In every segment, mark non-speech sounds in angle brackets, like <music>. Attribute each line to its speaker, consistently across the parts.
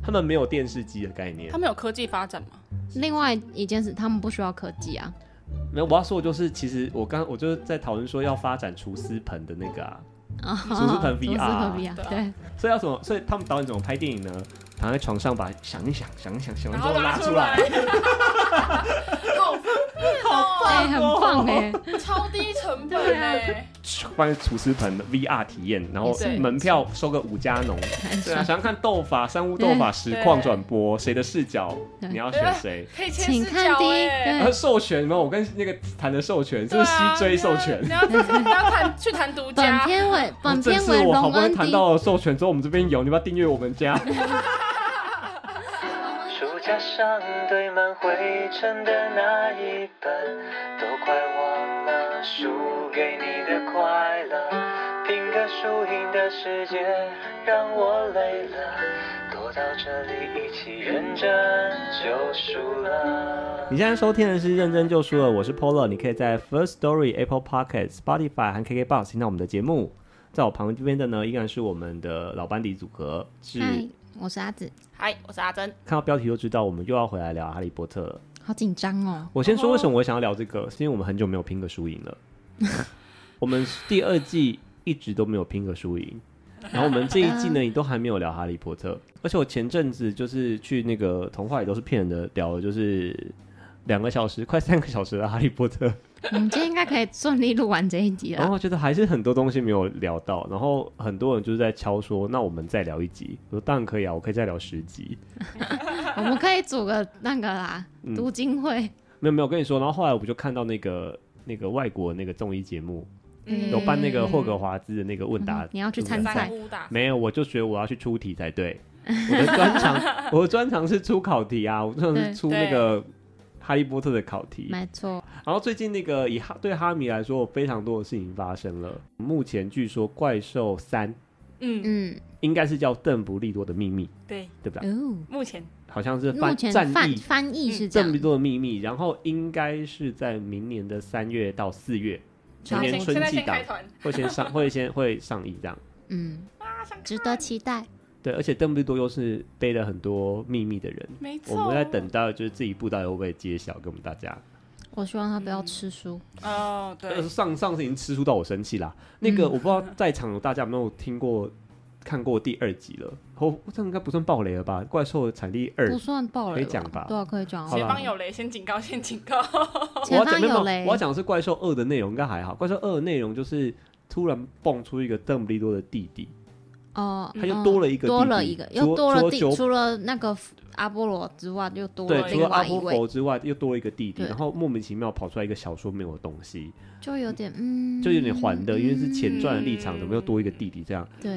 Speaker 1: 他们没有电视机的概念
Speaker 2: 他。们有科技发展吗？
Speaker 3: 另外一件事，他们不需要科
Speaker 1: <laughs>
Speaker 3: 技啊，
Speaker 1: 没有，我要说的就是，其实我刚我就是在讨论说要发展厨师盆的那个啊，
Speaker 3: 啊，
Speaker 1: 竹子盆 VR
Speaker 3: 竹子盆 VR，
Speaker 2: 对啊
Speaker 3: 对，
Speaker 1: 所以要怎么？所以他们导演怎么拍电影呢？躺在床上把想一想，想一想，想完
Speaker 2: 然
Speaker 1: 之
Speaker 2: 后
Speaker 1: 后拉
Speaker 2: 出
Speaker 1: 出来，，
Speaker 2: <laughs> 好方便哦，
Speaker 3: 哎，很棒哎，
Speaker 2: 超低成本
Speaker 3: 啊
Speaker 2: 哎，
Speaker 1: 放在厨师盆的 VR 体验，然后
Speaker 2: 对
Speaker 1: 门票收个五加农。
Speaker 3: 很
Speaker 1: 对啊，想
Speaker 3: 爽。
Speaker 1: 想看斗法、三屋斗法、实况转播，谁的视角
Speaker 3: 对
Speaker 1: 你要选谁？
Speaker 2: 可以切
Speaker 3: 请
Speaker 2: 视
Speaker 3: 看
Speaker 2: 角欸
Speaker 3: 第一，
Speaker 2: 哎。
Speaker 1: 然后
Speaker 3: 对，
Speaker 1: 授权吗？我跟那个谈的授权，是
Speaker 2: 对
Speaker 1: 不
Speaker 2: 啊
Speaker 1: 是西追授权？
Speaker 2: 你啊要你要你要谈去谈独
Speaker 3: 本
Speaker 2: 家，
Speaker 3: 片为本
Speaker 1: 这
Speaker 3: 片
Speaker 1: 次 <laughs>
Speaker 3: 为
Speaker 1: 我好
Speaker 3: 荣
Speaker 1: 不容
Speaker 3: 恩
Speaker 1: 易谈
Speaker 3: 第
Speaker 1: 到了授权之后，我们这边有，你要不要订阅我们家？
Speaker 4: 书架上堆满灰尘的那一本，都快忘了输给你的快乐。拼个输赢的世界让我累了，躲到这里一起认真就输了。
Speaker 1: 你现在收听的是《认真就输了》，我是 Polo，你可以在 First Story、Apple Pocket、Spotify 和 KKBox 听到我们的节目。在我旁边的呢，依然是我们的老班底组合，是
Speaker 3: 嗨，我是阿紫，
Speaker 2: 嗨，我是阿珍，
Speaker 1: 看到标题就知道我们又要回来聊《哈利波特》了。
Speaker 3: 好紧张哦。
Speaker 1: 我先说为什么我想要聊这个，是因为我们很久没有拼个输赢了。我们第二季一直都没有拼个输赢，然后我们这一季呢，也都还没有聊《哈利波特》，而且我前阵子就是去那个童话也都是骗人的，聊了就是两个小时，快三个小时的《哈利波特》，
Speaker 3: 我们今天应该可以顺利录完这一集
Speaker 1: 然
Speaker 3: 了。
Speaker 1: 后我觉得还是很多东西没有聊到，然后很多人就是在敲说，那我们再聊一集，我说当然可以啊，我可以再聊十集，
Speaker 3: 我们可以组个那个啦，
Speaker 1: 嗯
Speaker 3: 读经会，
Speaker 1: 没有没有我跟你说，然后后来我就看到那个那个外国那个综艺节目，
Speaker 3: 嗯
Speaker 1: 有办那个霍格华兹的那个问答，
Speaker 3: 嗯你要去参
Speaker 1: 对不对
Speaker 3: 赛
Speaker 2: 三屋
Speaker 1: <laughs>
Speaker 2: 大
Speaker 1: 没有，我就觉得我要去出题才对。我的专长，
Speaker 3: <laughs>
Speaker 1: 我的专长是出考题啊，我专长是出那个哈利波特的考题。
Speaker 3: 没错，
Speaker 1: 然后最近那个以哈对哈迷来说，有非常多的事情发生了。目前据说《怪兽三》
Speaker 2: 嗯，
Speaker 3: 嗯，
Speaker 1: 应该是叫《邓布利多的秘密》，
Speaker 2: 对，
Speaker 1: 对不对？
Speaker 3: 哦，
Speaker 2: 目前
Speaker 1: 好像啊是
Speaker 3: 目
Speaker 1: 翻
Speaker 3: 前
Speaker 1: 战
Speaker 3: 翻
Speaker 1: 役。
Speaker 3: 翻译是这
Speaker 1: 邓布利
Speaker 3: 样，
Speaker 1: 多的秘密，然后应该是在明年的三月到四月，明
Speaker 3: 好
Speaker 1: 年
Speaker 2: 先现
Speaker 1: 春
Speaker 2: 在
Speaker 1: 季
Speaker 2: 先
Speaker 1: 档
Speaker 2: 开团
Speaker 1: 会先
Speaker 2: <laughs>
Speaker 1: 上，会先会上映这样。
Speaker 3: 嗯，
Speaker 2: 啊，想看
Speaker 3: 值得期待。
Speaker 1: 对，而且邓布利多又是背了很多秘密的人，
Speaker 2: 没错，
Speaker 1: 我们在等到就是这一步到底会不会揭晓给我们大家。
Speaker 3: 我希望他不要吃书，
Speaker 2: 哦，
Speaker 1: 呃，
Speaker 2: 对，
Speaker 1: 上上次已经吃出到我生气啦。那个
Speaker 3: 嗯
Speaker 1: 我不知道在场有大家有没有听过、看过第二集了？哦，这应该不算暴雷了吧？怪兽的产地二
Speaker 3: 不，算爆了，
Speaker 1: 嗯可以讲吧
Speaker 3: 对啊，可以讲啊。
Speaker 1: 好
Speaker 2: 前
Speaker 1: 啦
Speaker 2: 方有雷，先警告，先警告，
Speaker 1: 我要讲
Speaker 3: 前方
Speaker 1: 没有，没
Speaker 3: 有
Speaker 1: 有
Speaker 3: 雷
Speaker 1: 我要，讲的是怪兽二的内容，应该还好。怪兽二的内容就是突然蹦出一个邓布利多的弟弟，
Speaker 3: 哦，
Speaker 1: 他就
Speaker 3: 嗯
Speaker 1: 多了一个弟弟，
Speaker 3: 多了一个，
Speaker 1: 除
Speaker 3: 又多了地
Speaker 1: 除，九
Speaker 3: 除了那个阿波罗之外，又多
Speaker 1: 对
Speaker 3: 了，
Speaker 1: 除
Speaker 3: 另
Speaker 1: 了阿
Speaker 3: 外一
Speaker 1: 波
Speaker 3: 位，
Speaker 1: 佛之外，又多了一个弟弟，
Speaker 3: 对
Speaker 1: 然后莫名其妙跑出来一个小说没有的东西，
Speaker 3: 就有点嗯，
Speaker 1: 就有点还的，因为是前传的立场，
Speaker 2: 嗯
Speaker 1: 怎么又多一个弟弟这样？
Speaker 3: 对，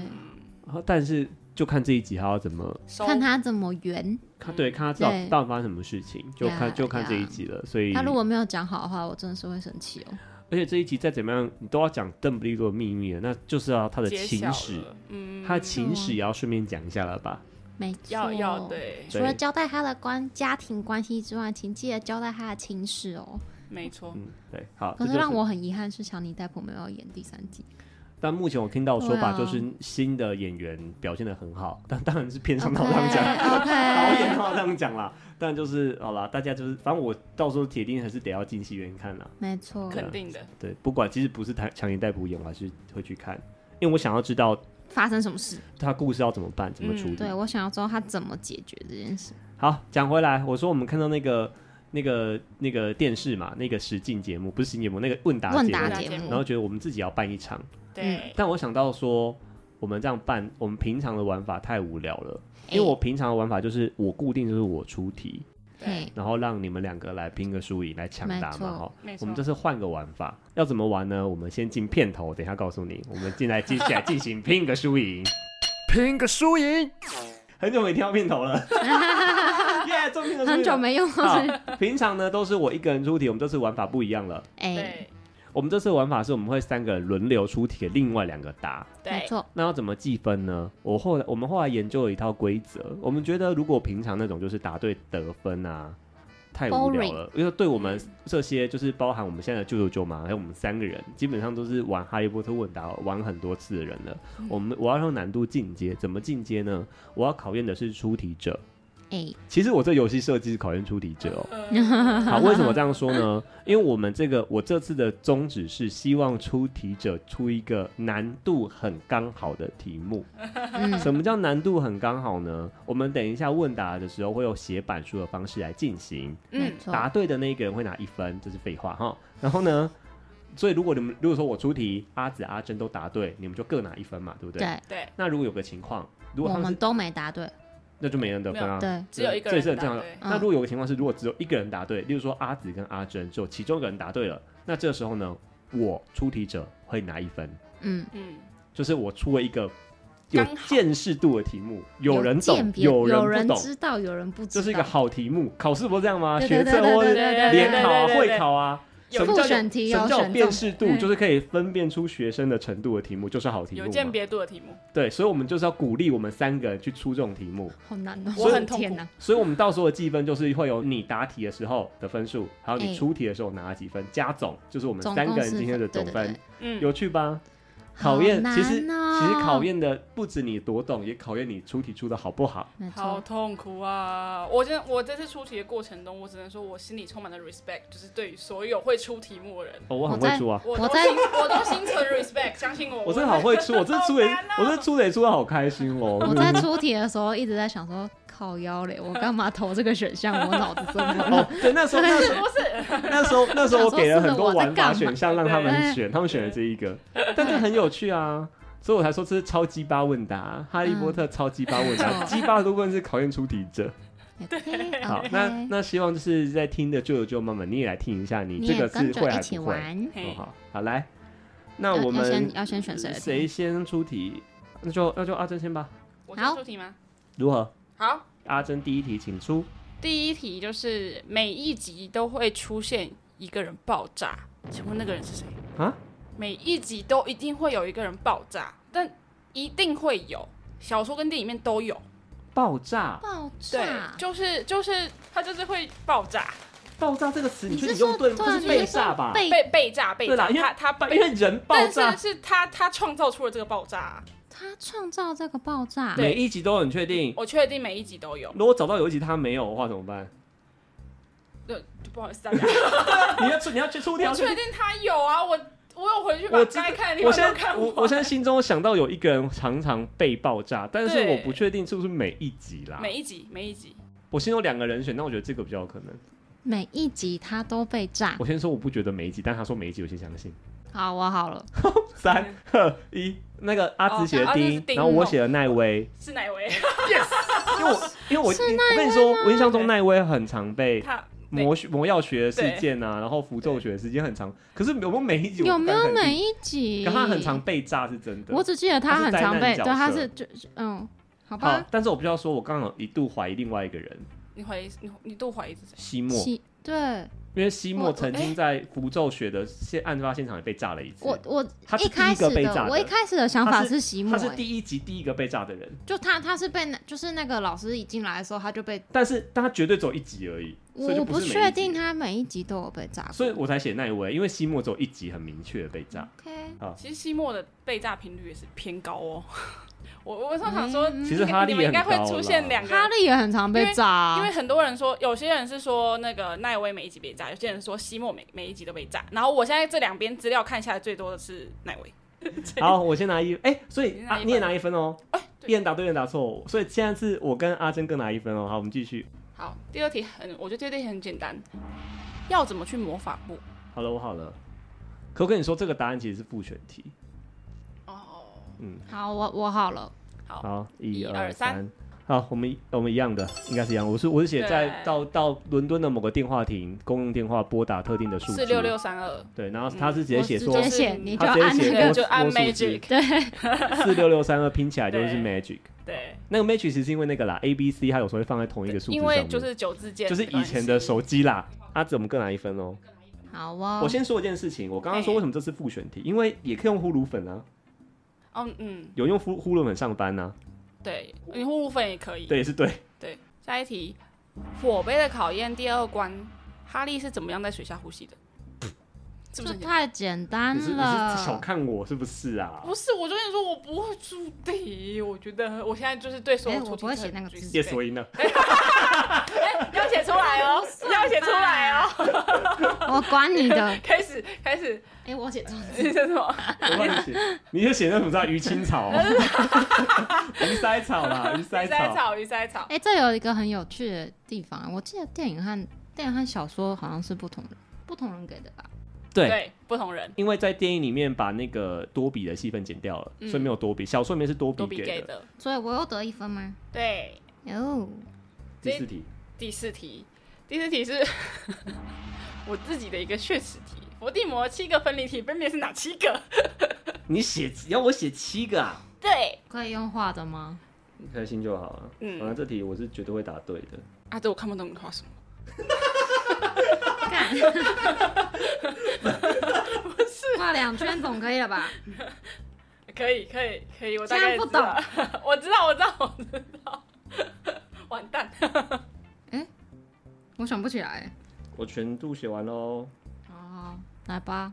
Speaker 1: 然后但是就看这一集还要怎么
Speaker 2: 收
Speaker 3: <laughs> 看他怎么圆。
Speaker 1: 看，对，看他知道
Speaker 3: 对
Speaker 1: 到底发生什么事情，就看
Speaker 3: 呀
Speaker 1: 就看这一集了。所以，
Speaker 3: 他如
Speaker 1: 而
Speaker 3: 果没有讲好的话，我真的是会生气哦。
Speaker 1: 且这一集再怎么样，你都要讲邓布利多的秘密了，那就是要他的
Speaker 2: 揭
Speaker 1: 情
Speaker 2: 晓
Speaker 1: 史，
Speaker 2: 了，嗯，
Speaker 1: 他的情史也要顺便讲一下了吧？
Speaker 3: 没错，
Speaker 2: 要
Speaker 3: 哦
Speaker 2: 要对，
Speaker 3: 除了
Speaker 1: 对
Speaker 3: 交代他的关家庭关系之外，请记得交代他的情史哦。
Speaker 2: 没错，
Speaker 1: 嗯，对，好。
Speaker 3: 可
Speaker 1: 这
Speaker 3: 是
Speaker 1: 就
Speaker 3: 让我很遗憾是，强尼戴普没有演第三季，
Speaker 1: 但目前我听到的说法
Speaker 3: 对
Speaker 1: 就
Speaker 3: 啊
Speaker 1: 是新的演员表现的很好，但当然是偏上
Speaker 3: OK
Speaker 1: 到这样讲。导 <laughs> 演
Speaker 3: OK，
Speaker 1: 话这样讲啦，但就是好啦，大家就是，反正我到时候铁定还是得要进戏院看啦。
Speaker 3: 没错，
Speaker 2: 肯定的，
Speaker 1: 对，啊不管其实不是他强尼戴普演，我还是会去看，因为我想要知道
Speaker 3: 发生什么事？
Speaker 1: 他故事要怎么办，怎么处理。
Speaker 3: 对我想要知道他怎么解决这件事。
Speaker 1: 好，讲回来，我说我们看到那个那个那个电视嘛，那个实境节目不是实境节目，那个问答
Speaker 3: 问
Speaker 1: 节
Speaker 3: 答
Speaker 1: 目，
Speaker 2: 节
Speaker 3: 节
Speaker 1: 然后
Speaker 3: 目，
Speaker 1: 觉得我们自己要办一场，
Speaker 2: 对，
Speaker 1: 但我想到说，我们这样办，我们平常的玩法太无聊了，因
Speaker 3: 哎
Speaker 1: 为我平常的玩法就是我固定就是我出题，
Speaker 2: 对，
Speaker 3: 嗯哎嘿，
Speaker 1: 然后让你们两个来拼个输赢来抢答
Speaker 3: 没错
Speaker 1: 嘛，哈。
Speaker 2: 没
Speaker 1: 我
Speaker 2: 错
Speaker 1: 们，这次换个玩法，要怎么玩呢？我们先进片头，等一下告诉你。我们进来接下来进行拼个输赢，
Speaker 4: 拼个输赢。
Speaker 1: 很久没听到片头
Speaker 3: <laughs>
Speaker 1: 了，耶，中拼个输赢
Speaker 3: 很久没用了。
Speaker 1: 好平常呢都是我一个人出题，我们这次玩法不一样了。
Speaker 3: 哎，
Speaker 2: 对
Speaker 1: 我们这次玩法是我们会三个人轮流出题，另外两个答。
Speaker 3: 没
Speaker 2: 对，
Speaker 3: 错，
Speaker 1: 那要怎么计分呢？我后来我们后来研究了一套规则，我们觉得如果平常那种就是答对得分啊，太无聊了。因为对我们这些就是包含我们现在的舅舅舅妈，还有我们三个人，基本上都是玩《哈利波特》问答玩很多次的人了。我们我要让难度进阶，怎么进阶呢？我要考验的是出题者。
Speaker 2: <laughs>
Speaker 3: 哎，
Speaker 1: 其实我这游戏设计是考验出题者哦。
Speaker 2: 呃
Speaker 1: 好，为什么这样说呢？因为我们这个我这次的宗旨是希望出题者出一个难度很刚好的题目。
Speaker 3: 嗯，
Speaker 1: 什么叫难度很刚好呢？我们等一下问答的时候会用写板书的方式来进行，
Speaker 3: 没
Speaker 2: 嗯，
Speaker 3: 错，
Speaker 1: 答对的那一个人会拿一分，这是废话哈。然后呢，所以如果你们如果说我出题，阿紫、阿珍都答对，你们就各拿一分嘛，对不对？
Speaker 3: 对，
Speaker 2: 对，
Speaker 1: 那如果有个情况，如果
Speaker 3: 我
Speaker 1: 他们
Speaker 3: 们
Speaker 1: 是
Speaker 3: 都没答对，
Speaker 1: 那就没人得分啊。
Speaker 3: 对，
Speaker 2: 只有一个
Speaker 1: 这也是
Speaker 2: 人
Speaker 1: 很正常
Speaker 2: 答
Speaker 1: 的
Speaker 2: 对。
Speaker 3: 嗯
Speaker 1: 那如果有个情况是，如果只有一个人答对，例如说阿紫跟阿珍只有其中一个人答对了，那这时候呢，我出题者会拿一分，
Speaker 3: 嗯，
Speaker 2: 嗯，
Speaker 1: 就是我出了一个有
Speaker 2: 刚好
Speaker 1: 见识度的题目，有人懂
Speaker 3: 鉴，别
Speaker 1: 有
Speaker 3: 有
Speaker 1: 人
Speaker 3: 人
Speaker 1: 不懂，
Speaker 3: 知道，有人不知
Speaker 1: 这
Speaker 3: 道，
Speaker 1: 是一个好题目。考试不是这样吗？
Speaker 3: 对
Speaker 1: 学
Speaker 3: 对对
Speaker 1: 测或
Speaker 3: 对
Speaker 1: 者
Speaker 3: 对对对
Speaker 1: 联考啊、
Speaker 2: 对对对
Speaker 1: 会考啊，
Speaker 2: 有
Speaker 1: 什么叫
Speaker 3: 复选题
Speaker 1: 什么
Speaker 3: 有
Speaker 1: 叫有
Speaker 3: 选
Speaker 1: 辨
Speaker 3: 中嗯
Speaker 1: 识度？
Speaker 3: 对
Speaker 1: 就是可以分辨出学生的程度的题目，就是好题目
Speaker 2: 有鉴
Speaker 1: 嘛。
Speaker 2: 别度的题目，
Speaker 1: 对，所以我们就是要鼓励我们三个人去出这种题目。
Speaker 3: 好难哦，
Speaker 2: 我很痛苦
Speaker 3: 天哪，
Speaker 1: 所以我们到时候的计分就是会有你答题的时候的分数，还有你出题的时候拿了几分，加总就是我们
Speaker 3: 哎总
Speaker 1: 三
Speaker 3: 共
Speaker 1: 个人
Speaker 3: 是
Speaker 1: 今天的
Speaker 3: 对
Speaker 1: 总
Speaker 3: 对
Speaker 1: 分，
Speaker 3: 对，
Speaker 2: 嗯，
Speaker 1: 有趣吧？考验
Speaker 3: 好
Speaker 1: 其实
Speaker 3: 难哦
Speaker 1: 其实考验的不止你多懂，也考验你出题出的好不好。
Speaker 3: 哦没
Speaker 2: 好
Speaker 3: 错，
Speaker 2: 痛苦啊！我真我这次出题的过程中，我只能说我心里充满了 respect，就是对于所有会出题目的人，
Speaker 1: 哦，我很
Speaker 3: 我在
Speaker 1: 会出啊，
Speaker 2: 我
Speaker 3: 我
Speaker 2: 都
Speaker 3: 在
Speaker 2: 心我都心存 respect，相信我，
Speaker 1: 我真的好会
Speaker 3: <laughs>
Speaker 1: 出，我真的出的
Speaker 2: 好难哦，
Speaker 1: 我真的出的也出的好开心哦。
Speaker 3: 啊我在出题的时候一直在想说，靠腰嘞，我干嘛投这个选项？我脑子这么
Speaker 1: 哦
Speaker 2: <laughs>
Speaker 3: 乱，，
Speaker 1: 对，那
Speaker 3: <laughs>
Speaker 1: 时候那时候
Speaker 2: 不是？
Speaker 1: <laughs> 那时候那时候我给了很多玩法选项让他
Speaker 3: 想说
Speaker 1: 们
Speaker 3: 是
Speaker 1: 选，他们选了这一个，但这很有趣啊，所以我才说这是超鸡巴问答，啊哈利波特超鸡巴
Speaker 3: <laughs>
Speaker 1: 问答，
Speaker 3: 嗯
Speaker 1: 鸡巴的部分是考验出题者。
Speaker 3: OK，
Speaker 1: 好，那那希望就是在听的舅舅舅妈们，你也来听一下，你
Speaker 3: 你
Speaker 1: 这
Speaker 3: 也
Speaker 1: 个
Speaker 3: 跟
Speaker 1: 是
Speaker 3: 着
Speaker 1: 会
Speaker 3: 一
Speaker 1: 还
Speaker 3: 起
Speaker 1: 不会？
Speaker 3: 玩，
Speaker 1: 哦，
Speaker 2: 嘿
Speaker 1: 好，好来，那
Speaker 3: 要
Speaker 1: 我
Speaker 3: 要
Speaker 1: 们
Speaker 3: 先要先选谁来
Speaker 1: 谁先出题？那就那就阿珍先吧，
Speaker 2: 我先出题吗？
Speaker 1: 如何？
Speaker 2: 好，
Speaker 1: 阿珍第一题，请出。
Speaker 2: 第一题就是每一集都会出现一个人爆炸，请问那个人是谁
Speaker 1: 啊？
Speaker 2: 每一集都一定会有一个人爆炸，但一定会有，小说跟电影里面都有。
Speaker 1: 爆炸，
Speaker 3: 爆
Speaker 2: 对
Speaker 3: 炸，，
Speaker 2: 就是就是他就是会爆炸，
Speaker 1: 爆炸这个词，你觉得
Speaker 3: 是
Speaker 1: 你
Speaker 3: 说
Speaker 1: 用对，
Speaker 3: 对
Speaker 1: 不
Speaker 3: 啊，
Speaker 1: 是
Speaker 3: 你
Speaker 1: 被
Speaker 3: 是说
Speaker 1: 炸吧？
Speaker 3: 被
Speaker 2: 被被炸被
Speaker 1: 对啦
Speaker 2: 炸，
Speaker 1: 因为
Speaker 2: 他他
Speaker 1: 因
Speaker 2: 被，
Speaker 1: 为人爆
Speaker 2: 但
Speaker 1: 炸
Speaker 2: 是，是他他创造出了这个爆炸啊，
Speaker 3: 他创造这个爆炸，
Speaker 1: 每一集都很确定。
Speaker 2: 我确定每一集都有。
Speaker 1: 如果找到有一集他没有的话怎么办？
Speaker 2: 对，不好意
Speaker 1: <laughs>
Speaker 2: 思大家，
Speaker 1: 你要出，你要去出
Speaker 2: 我
Speaker 1: 掉。
Speaker 2: 确定他有啊，我我有回去把
Speaker 1: 我知
Speaker 2: 该看的地
Speaker 1: 我
Speaker 2: 方
Speaker 1: 现
Speaker 2: 都
Speaker 1: 在
Speaker 2: 看
Speaker 1: 我
Speaker 2: 完
Speaker 1: 我现在心中想到有一个人常常被爆炸，但是我
Speaker 2: 对
Speaker 1: 不确定是不是每一集啦。
Speaker 2: 每一集每一集，
Speaker 1: 我心中有两个人选，那我觉得这个比较有可能。
Speaker 3: 每一集他都被炸。
Speaker 1: 我先说我不觉得每一集，但他说每一集，我先相信。
Speaker 3: 好，我好了，
Speaker 1: 三 <laughs> 二一，那个阿紫写的
Speaker 2: 哦阿紫是
Speaker 1: 丁，
Speaker 2: 丁
Speaker 1: 然后我写的奈威，
Speaker 2: 是哪
Speaker 1: <laughs>
Speaker 2: 位？
Speaker 1: 因为
Speaker 3: 哦
Speaker 1: 我因为我我跟你说，我印象中奈威很常被
Speaker 2: 他
Speaker 1: 魔学魔药学事件啊，然后符咒学事件很常，可是有没有每一集我
Speaker 3: 有
Speaker 1: 不
Speaker 3: 没
Speaker 1: 敢
Speaker 3: 有
Speaker 1: 肯定
Speaker 3: 每一集？
Speaker 1: 可他很常被炸是真的。
Speaker 3: 我只记得他很常
Speaker 1: 他
Speaker 3: 被，
Speaker 1: 是灾难角色
Speaker 3: 对，他是就嗯，
Speaker 1: 好
Speaker 3: 好吧，，
Speaker 1: 但是我必须要说，我刚好一度怀疑另外一个人，
Speaker 2: 你怀疑你你都怀疑是谁？
Speaker 1: 西莫，
Speaker 3: 其对
Speaker 1: 因为西
Speaker 3: 我
Speaker 1: 莫
Speaker 3: 我
Speaker 1: 曾经在符咒学的现案发现场也被炸了一次。
Speaker 3: 哦我我
Speaker 1: 他是
Speaker 3: 一
Speaker 1: 第一
Speaker 3: 开
Speaker 1: 个
Speaker 3: 始
Speaker 1: 被炸
Speaker 3: 的，我一
Speaker 1: 的，
Speaker 3: 开始的想法
Speaker 1: 他是
Speaker 3: 是席莫
Speaker 1: 他，是
Speaker 3: 欸
Speaker 1: 第一集第一个被炸的人，
Speaker 3: 就他他是被那就是那个老师一进来的时候他就被，
Speaker 1: 但是但他绝对只有一集而已，所以
Speaker 3: 我
Speaker 1: 就
Speaker 3: 不
Speaker 1: 是每一集
Speaker 3: 确定，他每一集都有被炸过，
Speaker 1: 所以我才写那一位，因为西莫只有一集很明确的被炸。
Speaker 3: OK，
Speaker 2: 其实西莫的被炸频率也是偏高哦。 <laughs> 我我常想说，
Speaker 1: 其实哈利
Speaker 2: 你们
Speaker 1: 也很
Speaker 2: 应该
Speaker 1: 高
Speaker 2: 会
Speaker 1: 啦
Speaker 2: 出现两
Speaker 3: 嗯哈
Speaker 2: 个。
Speaker 3: 利也很常被炸啊，
Speaker 2: 因为很多人说，有些人是说那个奈威每一集被炸，有些人说西莫每每一集都被炸。然后我现在这两边资料看下来，最多的是奈威。
Speaker 1: <laughs> 好，我先拿一，哎，所以
Speaker 2: 你拿
Speaker 1: 啊
Speaker 2: 一分
Speaker 1: 你也拿一分哦，
Speaker 2: 对
Speaker 1: 一人答对，一人答错，所以现在是我跟阿珍各拿一分哦。好，我们继续。
Speaker 2: 好，第二题很，我觉得第二题很简单，要怎么去魔法部？
Speaker 1: 好了，我好了。可我跟你说，这个答案其实是复选题。
Speaker 2: 哦，
Speaker 1: 嗯，
Speaker 3: 好，我我好了，
Speaker 2: 好，
Speaker 1: 好，一
Speaker 2: 一
Speaker 1: 二
Speaker 2: 二
Speaker 1: 三
Speaker 2: 三，
Speaker 1: 好，我们一我们一样的，应该是一样。我是我是写在
Speaker 2: 对
Speaker 1: 到到伦敦的某个电话亭公用电话拨打特定的数字，
Speaker 2: 四六六三二，
Speaker 1: 对，然后他是直接写
Speaker 3: 我直
Speaker 1: 说
Speaker 3: 接
Speaker 2: 是
Speaker 3: 写你就
Speaker 1: 他直接
Speaker 3: 按
Speaker 1: 写
Speaker 3: 那
Speaker 1: 多
Speaker 3: 个
Speaker 2: 就按
Speaker 1: 多数字
Speaker 2: magic，
Speaker 1: 四六六三二拼起来就是
Speaker 2: 对
Speaker 1: magic。
Speaker 2: 对，
Speaker 1: 那个 magic 是因为那个啦，A B C 它有时候会放在同一个数字上
Speaker 2: 因
Speaker 1: 面，
Speaker 2: 为就是九字键，
Speaker 1: 就是以前的手机啦。阿紫，我们各拿一分哦。
Speaker 3: 好哦，
Speaker 1: 我先说一件事情，我刚刚说
Speaker 2: 嘿
Speaker 1: 为什么这是复选题，因为也可以用呼噜粉啊，
Speaker 2: 哦，嗯，
Speaker 1: 有用呼呼噜粉上班呐、啊
Speaker 2: 对，你护肤粉也可以。
Speaker 1: 对，是对。
Speaker 2: 对，下一题，火杯的考验第二关，哈利是怎么样在水下呼吸的？是不
Speaker 3: 这
Speaker 2: 是很简单？
Speaker 3: 太简单
Speaker 1: 你是你是小
Speaker 3: 了。
Speaker 1: 看我是不是啊？
Speaker 2: 不是，我就跟你说，我不会出题。我觉得我现在就是对所有
Speaker 3: 哎
Speaker 2: 出
Speaker 3: 我
Speaker 2: 题
Speaker 3: 不会
Speaker 2: 者
Speaker 3: 写那个
Speaker 2: 举
Speaker 3: 字
Speaker 2: 手
Speaker 1: yes，我赢
Speaker 2: <laughs>
Speaker 1: 了。
Speaker 2: 要写出来
Speaker 3: <laughs>
Speaker 2: 哦，要写出来哦。
Speaker 3: 我管你的。
Speaker 2: <laughs> 开始，开始，
Speaker 3: <laughs> 哎，我写错字。
Speaker 2: 你是
Speaker 1: <laughs>
Speaker 2: 什么？
Speaker 1: 我帮你写，你就写那什么叫鱼青草、哦， <laughs> 鱼塞草啦，鱼塞
Speaker 2: 鱼塞
Speaker 1: 草。
Speaker 2: 草，鱼塞草。
Speaker 3: 哎，这有一个很有趣的地方，我记得电影和电影和小说好像是不同人，不同人给的吧？
Speaker 1: 对，
Speaker 2: 对，不同人，
Speaker 1: 因为在电影里面把那个多比的戏份剪掉了，
Speaker 2: 嗯
Speaker 1: 所以没有多比。小说里面是多
Speaker 2: 多
Speaker 1: 比
Speaker 2: 比
Speaker 1: 给
Speaker 2: 给
Speaker 1: 的。
Speaker 2: 的。
Speaker 3: 所以我又得一分吗？
Speaker 2: 对，
Speaker 3: 哦，
Speaker 1: 第四题，
Speaker 2: 第四题，第四题是 <laughs> 我自己的一个血池题。伏地魔七个分离体分别是哪七个？
Speaker 1: 你写要我写七个啊？
Speaker 2: 对，
Speaker 3: 可以用画的吗？
Speaker 1: 开心就好了。
Speaker 2: 嗯
Speaker 1: 反正这题我是绝对会答对的。
Speaker 2: 啊，对，我看不懂你画什么。
Speaker 3: 干， <laughs> 画两圈总可以了吧？
Speaker 2: 可以，可以，可以，我大
Speaker 3: 这
Speaker 2: 概
Speaker 3: 样不
Speaker 2: 知道， <laughs> 我知道，我知道，我知道。 <laughs> 完蛋，
Speaker 3: 我想不起来。
Speaker 1: 我全部写完喽。
Speaker 3: 哦，来吧，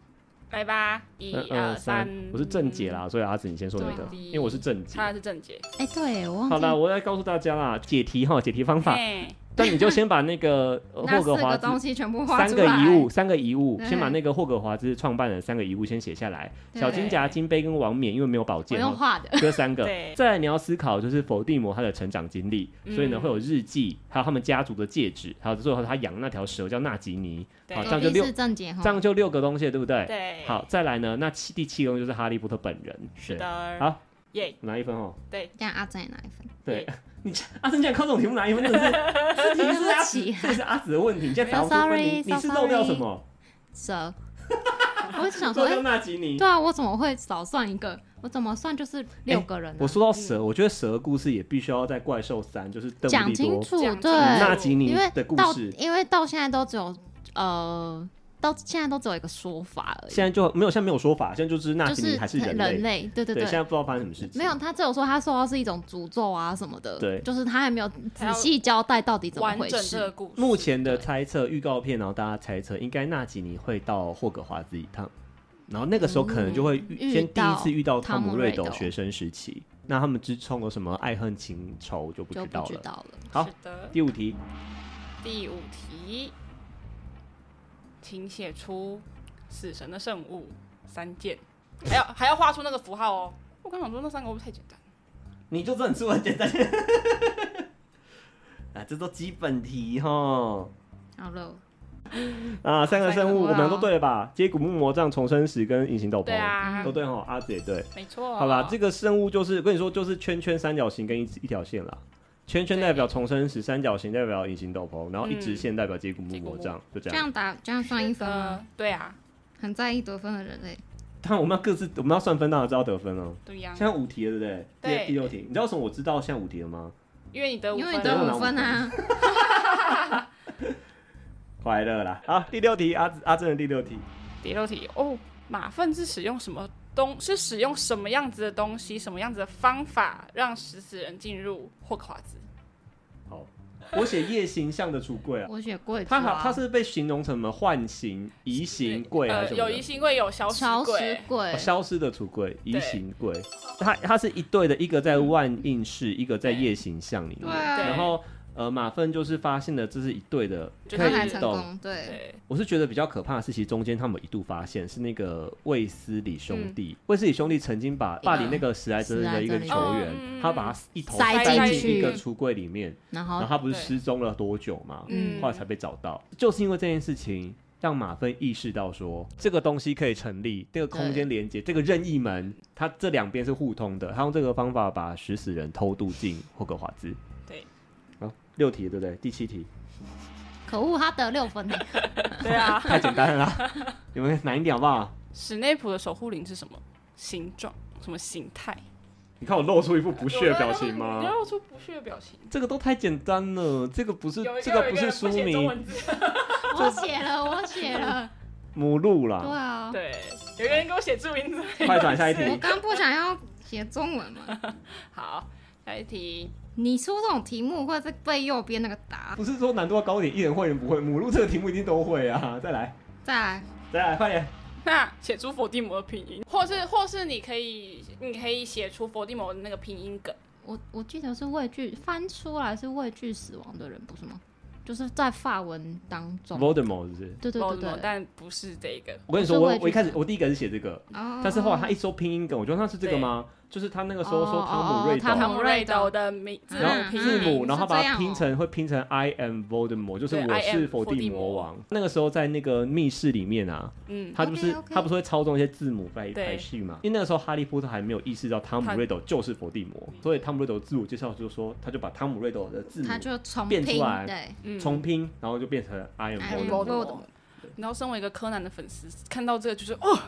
Speaker 2: 来吧，一二三，
Speaker 1: 呃
Speaker 2: 嗯
Speaker 1: 我是正解，
Speaker 3: 嗯
Speaker 1: 啦，所以阿紫你先说那个，
Speaker 2: 对
Speaker 1: 因为我是正解。
Speaker 2: 他是正解。
Speaker 3: 哎，对我忘
Speaker 1: 好
Speaker 3: 记
Speaker 1: 啦，我来告诉大家啦，解题哈，解题方法。
Speaker 2: 嘿
Speaker 1: 但你就先把那个呃
Speaker 3: <laughs> 那
Speaker 1: 霍格
Speaker 3: 四
Speaker 1: 华
Speaker 3: 个
Speaker 1: 兹
Speaker 3: 东西全部画
Speaker 1: 三
Speaker 3: 出
Speaker 1: 个
Speaker 3: 来。
Speaker 1: 遗物，三个遗物，
Speaker 3: 对
Speaker 1: 先把那个霍格华兹创办人三个遗物先写下来。
Speaker 3: 对
Speaker 1: 小金夹、金杯跟王冕，因为没有宝
Speaker 3: 我
Speaker 1: 剑
Speaker 3: 用
Speaker 1: 哦，
Speaker 3: 画 <laughs> 的。
Speaker 1: 这三个
Speaker 2: 对。
Speaker 1: 再来你要思考就是否定魔他的成长经历，
Speaker 2: 嗯
Speaker 1: 所以呢会有日记，还有他们家族的戒指，还有最后他养那条蛇叫纳吉尼。
Speaker 2: 对
Speaker 1: 啊好，这
Speaker 3: 隔
Speaker 1: 样就
Speaker 3: 壁
Speaker 1: 六
Speaker 3: 是，正解哈。
Speaker 1: 这样就六个东西了，对不对？
Speaker 2: 对，
Speaker 1: 好，再来呢，那七第七个东西就是哈利波特本人。是
Speaker 2: 是，的，
Speaker 1: 好，
Speaker 2: 耶，
Speaker 1: 拿一分哦。
Speaker 3: 这样阿正也拿一分。
Speaker 1: 对，啊你阿珍竟然靠这种题目拿一分，真的
Speaker 3: <laughs>
Speaker 1: 是， <laughs> 这题是阿紫
Speaker 3: 对不起，
Speaker 1: 这是阿紫的问题。你现在答不出
Speaker 3: So
Speaker 1: 分，你
Speaker 3: sorry,
Speaker 1: 你是
Speaker 3: so
Speaker 1: 漏掉
Speaker 3: sorry
Speaker 1: 什么？
Speaker 3: 蛇， <laughs> 我就想说，
Speaker 1: 漏
Speaker 3: 哎、
Speaker 1: 掉纳吉尼。
Speaker 3: 对啊，我怎么会少算一个？我怎么算就是六个人、啊
Speaker 1: 哎我说到蛇，我觉得蛇的故事也必须要在怪兽三，就是邓布
Speaker 3: 讲
Speaker 1: 利
Speaker 3: 清
Speaker 1: 多、
Speaker 3: 楚，
Speaker 2: 讲清楚
Speaker 1: 纳
Speaker 3: 对，
Speaker 1: 吉尼
Speaker 3: 因为
Speaker 1: 的故
Speaker 3: 到
Speaker 1: 事，
Speaker 3: 因为到现在都只有呃，到现在都只有一个说法而已，
Speaker 1: 现在就没有，现在没有说法，现在就是纳
Speaker 3: 就
Speaker 1: 吉尼
Speaker 3: 是
Speaker 1: 还是人类。
Speaker 3: 人类，对对
Speaker 1: 现在不知道发生什么事情。
Speaker 3: 没有，他只有说他受到是一种诅咒啊什么的，
Speaker 1: 对
Speaker 3: 就是他还没有
Speaker 2: 还要
Speaker 3: 仔细交代到底怎么
Speaker 2: 完
Speaker 3: 回
Speaker 2: 整这个
Speaker 3: 事。
Speaker 2: 故事。
Speaker 1: 目前的猜测预告片，然后大家猜测应该纳吉尼会到霍格华兹一趟，然后那个时候可能就会遇
Speaker 3: 嗯
Speaker 1: 先
Speaker 3: 遇
Speaker 1: 第
Speaker 3: 到
Speaker 1: 一次遇到
Speaker 3: 汤
Speaker 1: 姆
Speaker 3: 姆
Speaker 1: 瑞
Speaker 3: 瑞
Speaker 1: 斗
Speaker 3: 斗
Speaker 1: 学生时期。那他们之中有什么爱恨情仇就不
Speaker 3: 就
Speaker 1: 知
Speaker 3: 不
Speaker 1: 道
Speaker 3: 知
Speaker 1: 了。
Speaker 3: 道了，
Speaker 1: 好
Speaker 2: 是，的，
Speaker 1: 第五题，
Speaker 2: 第五题，请写出死神的圣物三件，还要还要画出那个符号哦。我刚想说那三个会不会太简单？
Speaker 1: 你就这很出很简单。 <laughs> 啊，这都基本题哈。
Speaker 3: 好了，
Speaker 1: 啊，三个生物
Speaker 3: 三个
Speaker 1: 我们都
Speaker 3: 啊
Speaker 1: 对了吧？接骨木魔杖、重生石跟隐形斗篷，
Speaker 2: 对啊
Speaker 1: 都，对哈。阿紫也对，
Speaker 2: 没错。
Speaker 1: 哦好啦，这个生物就是跟你说，就是圈圈三角形跟一一条线啦。圈圈
Speaker 2: 对
Speaker 1: 代表重生石，三角形代表隐形斗篷，然后一直
Speaker 2: 嗯
Speaker 1: 线代表接骨木
Speaker 2: 接骨
Speaker 1: 魔
Speaker 2: 木
Speaker 1: 杖，就这
Speaker 3: 这
Speaker 1: 样。
Speaker 3: 样打这样算一分吗？
Speaker 2: 呃，对啊，
Speaker 3: 很在意得分的人类，
Speaker 1: 但我们要各自，我们要算分，当然知道得分哦。
Speaker 2: 对呀
Speaker 1: 现，在五题了，对不对？
Speaker 2: 对
Speaker 1: 第第六题，你知道为什么我知道现在五题了吗？
Speaker 2: 因为你得五
Speaker 3: 因为
Speaker 2: 分
Speaker 3: 得
Speaker 1: 了
Speaker 2: 啊，
Speaker 3: 五分啊，
Speaker 1: 快乐啦！好，第六题，阿紫阿正的第六题。
Speaker 2: 第六题哦，马粪是使用什么东？是使用什么样子的东西，什么样子的方法让食死人进入霍格华兹？
Speaker 1: 好，我写夜行象的橱柜啊，
Speaker 3: <laughs> 我写贵族
Speaker 1: 它好，
Speaker 3: 啊
Speaker 1: 它是被形容成什么幻形、移形柜还
Speaker 2: 呃，
Speaker 1: 是什么
Speaker 2: 有
Speaker 1: 的
Speaker 2: 疑心柜，有消失
Speaker 3: 超
Speaker 2: 柜
Speaker 3: 时，鬼
Speaker 1: 哦，消失的橱柜、移形柜，它它是一对的，一个在万应室，一个在夜行巷里面。
Speaker 3: 对啊
Speaker 1: 然后呃，马粪就是发现了这是一对的，
Speaker 2: 就
Speaker 1: 可
Speaker 3: 他
Speaker 2: 是
Speaker 1: 以
Speaker 3: 才
Speaker 1: 移
Speaker 3: 成
Speaker 1: 动。
Speaker 3: 功，对。
Speaker 2: 对，
Speaker 1: 我是觉得比较可怕的是，其实中间他们有一度发现是那个卫斯理兄弟，卫斯理兄弟曾经把霸凌那个史莱哲林的一个
Speaker 3: 史莱
Speaker 1: 球
Speaker 3: 哲
Speaker 2: 林
Speaker 1: 员，
Speaker 2: 嗯嗯嗯
Speaker 1: 他把他一头
Speaker 3: 塞
Speaker 2: 进
Speaker 1: 进
Speaker 2: 去
Speaker 1: 一个橱柜里面，然
Speaker 3: 然后
Speaker 1: 后他不是
Speaker 2: 对
Speaker 1: 失踪了多久吗？
Speaker 2: 嗯，
Speaker 1: 后来才被找到。就是因为这件事情，让马芬意识到说，这个东西可以成立，这个空间连接，这个任意门，它这两边是互通的。他用这个方法把食死人偷渡进霍格华兹。
Speaker 2: 对，
Speaker 1: 好，六题对不对？第七题
Speaker 3: 可恶，他得六
Speaker 2: <laughs>
Speaker 3: 分呢。
Speaker 2: 对啊。
Speaker 1: 太简单了
Speaker 2: <laughs>
Speaker 1: 啦，你们难一点好不好？
Speaker 2: 史内普的守护灵是什么形状？什么形态？
Speaker 1: 你看我露出一副不
Speaker 2: 不
Speaker 1: 屑的表情
Speaker 2: 你
Speaker 1: 吗？
Speaker 2: 露出不屑的表情。
Speaker 1: 这个都太简单了，这个不是
Speaker 2: 有一
Speaker 1: 这个
Speaker 2: 有
Speaker 1: 不
Speaker 2: 一
Speaker 1: 是
Speaker 2: 人
Speaker 1: 书
Speaker 2: 写中
Speaker 1: 名，
Speaker 2: 文字。
Speaker 3: 我写了，我写了，
Speaker 2: <laughs>
Speaker 1: 母鹿
Speaker 3: 对
Speaker 1: 啦。
Speaker 3: 啊，
Speaker 2: 对，有一个人给我写注音字。 <laughs>
Speaker 1: 快转下一题
Speaker 3: 我刚不想要写中文嘛，
Speaker 2: 好，下一题。
Speaker 3: 你出这种题目会在背右边那个答。
Speaker 1: 啊不是说难度要高点，一人会一人不会，母鹿这个题目一定都会啊！ <laughs> 再来，
Speaker 3: 再来，
Speaker 1: 再来，快点！
Speaker 2: 那写出伏地魔的拼音，或是或是你可以你可以写出伏地魔的那个拼音梗。
Speaker 3: 我我记得是畏惧翻出来是畏惧死亡的人，不是吗？就是在法文当中，
Speaker 1: Voldemort 是不是？
Speaker 3: 对对
Speaker 2: 伏
Speaker 3: 对
Speaker 2: 地魔，
Speaker 3: 对，
Speaker 2: 但不是这个。
Speaker 1: 我跟你说，
Speaker 3: 我
Speaker 1: 我
Speaker 3: 是
Speaker 1: 我一开始我第一个是写这个，
Speaker 3: 但
Speaker 1: 但是后来他一搜拼音梗，我觉得他是这个吗？就是他那个时候说
Speaker 3: 哦
Speaker 1: 汤姆瑞
Speaker 3: 哦哦
Speaker 1: 斗
Speaker 3: 哦，
Speaker 2: 汤姆瑞斗的名字
Speaker 1: 然后
Speaker 2: 母拼
Speaker 1: 字
Speaker 2: 音
Speaker 1: 母，
Speaker 3: 嗯
Speaker 1: 然后
Speaker 3: 是
Speaker 1: 把它
Speaker 3: 这样
Speaker 1: 拼
Speaker 3: 哦
Speaker 1: 成会拼成 I am Voldemort，就是
Speaker 2: 对
Speaker 1: 我
Speaker 2: I
Speaker 1: 是
Speaker 2: am
Speaker 1: 伏
Speaker 2: 伏
Speaker 1: 地
Speaker 2: 地
Speaker 1: 魔
Speaker 2: 魔
Speaker 1: 王。那个时候在那个密室里面啊，
Speaker 2: 嗯，
Speaker 1: 他不是
Speaker 3: OK，OK
Speaker 1: 他不是会操纵一些字母排
Speaker 2: 对
Speaker 1: 排序嘛？因为那个时候哈利波特还没有意识到汤姆
Speaker 2: 他
Speaker 1: 瑞斗就是伏地魔，所以汤姆瑞斗自我介绍就说，他就把汤姆瑞斗的字母
Speaker 3: 他就重
Speaker 1: 变
Speaker 3: 拼，
Speaker 1: 出来
Speaker 3: 对，
Speaker 2: 嗯
Speaker 1: 重拼，然后就变成 I am
Speaker 3: I am
Speaker 1: Voldemort。
Speaker 3: Voldemort
Speaker 2: 然后身为一个柯南的粉丝，看到这个就是哦，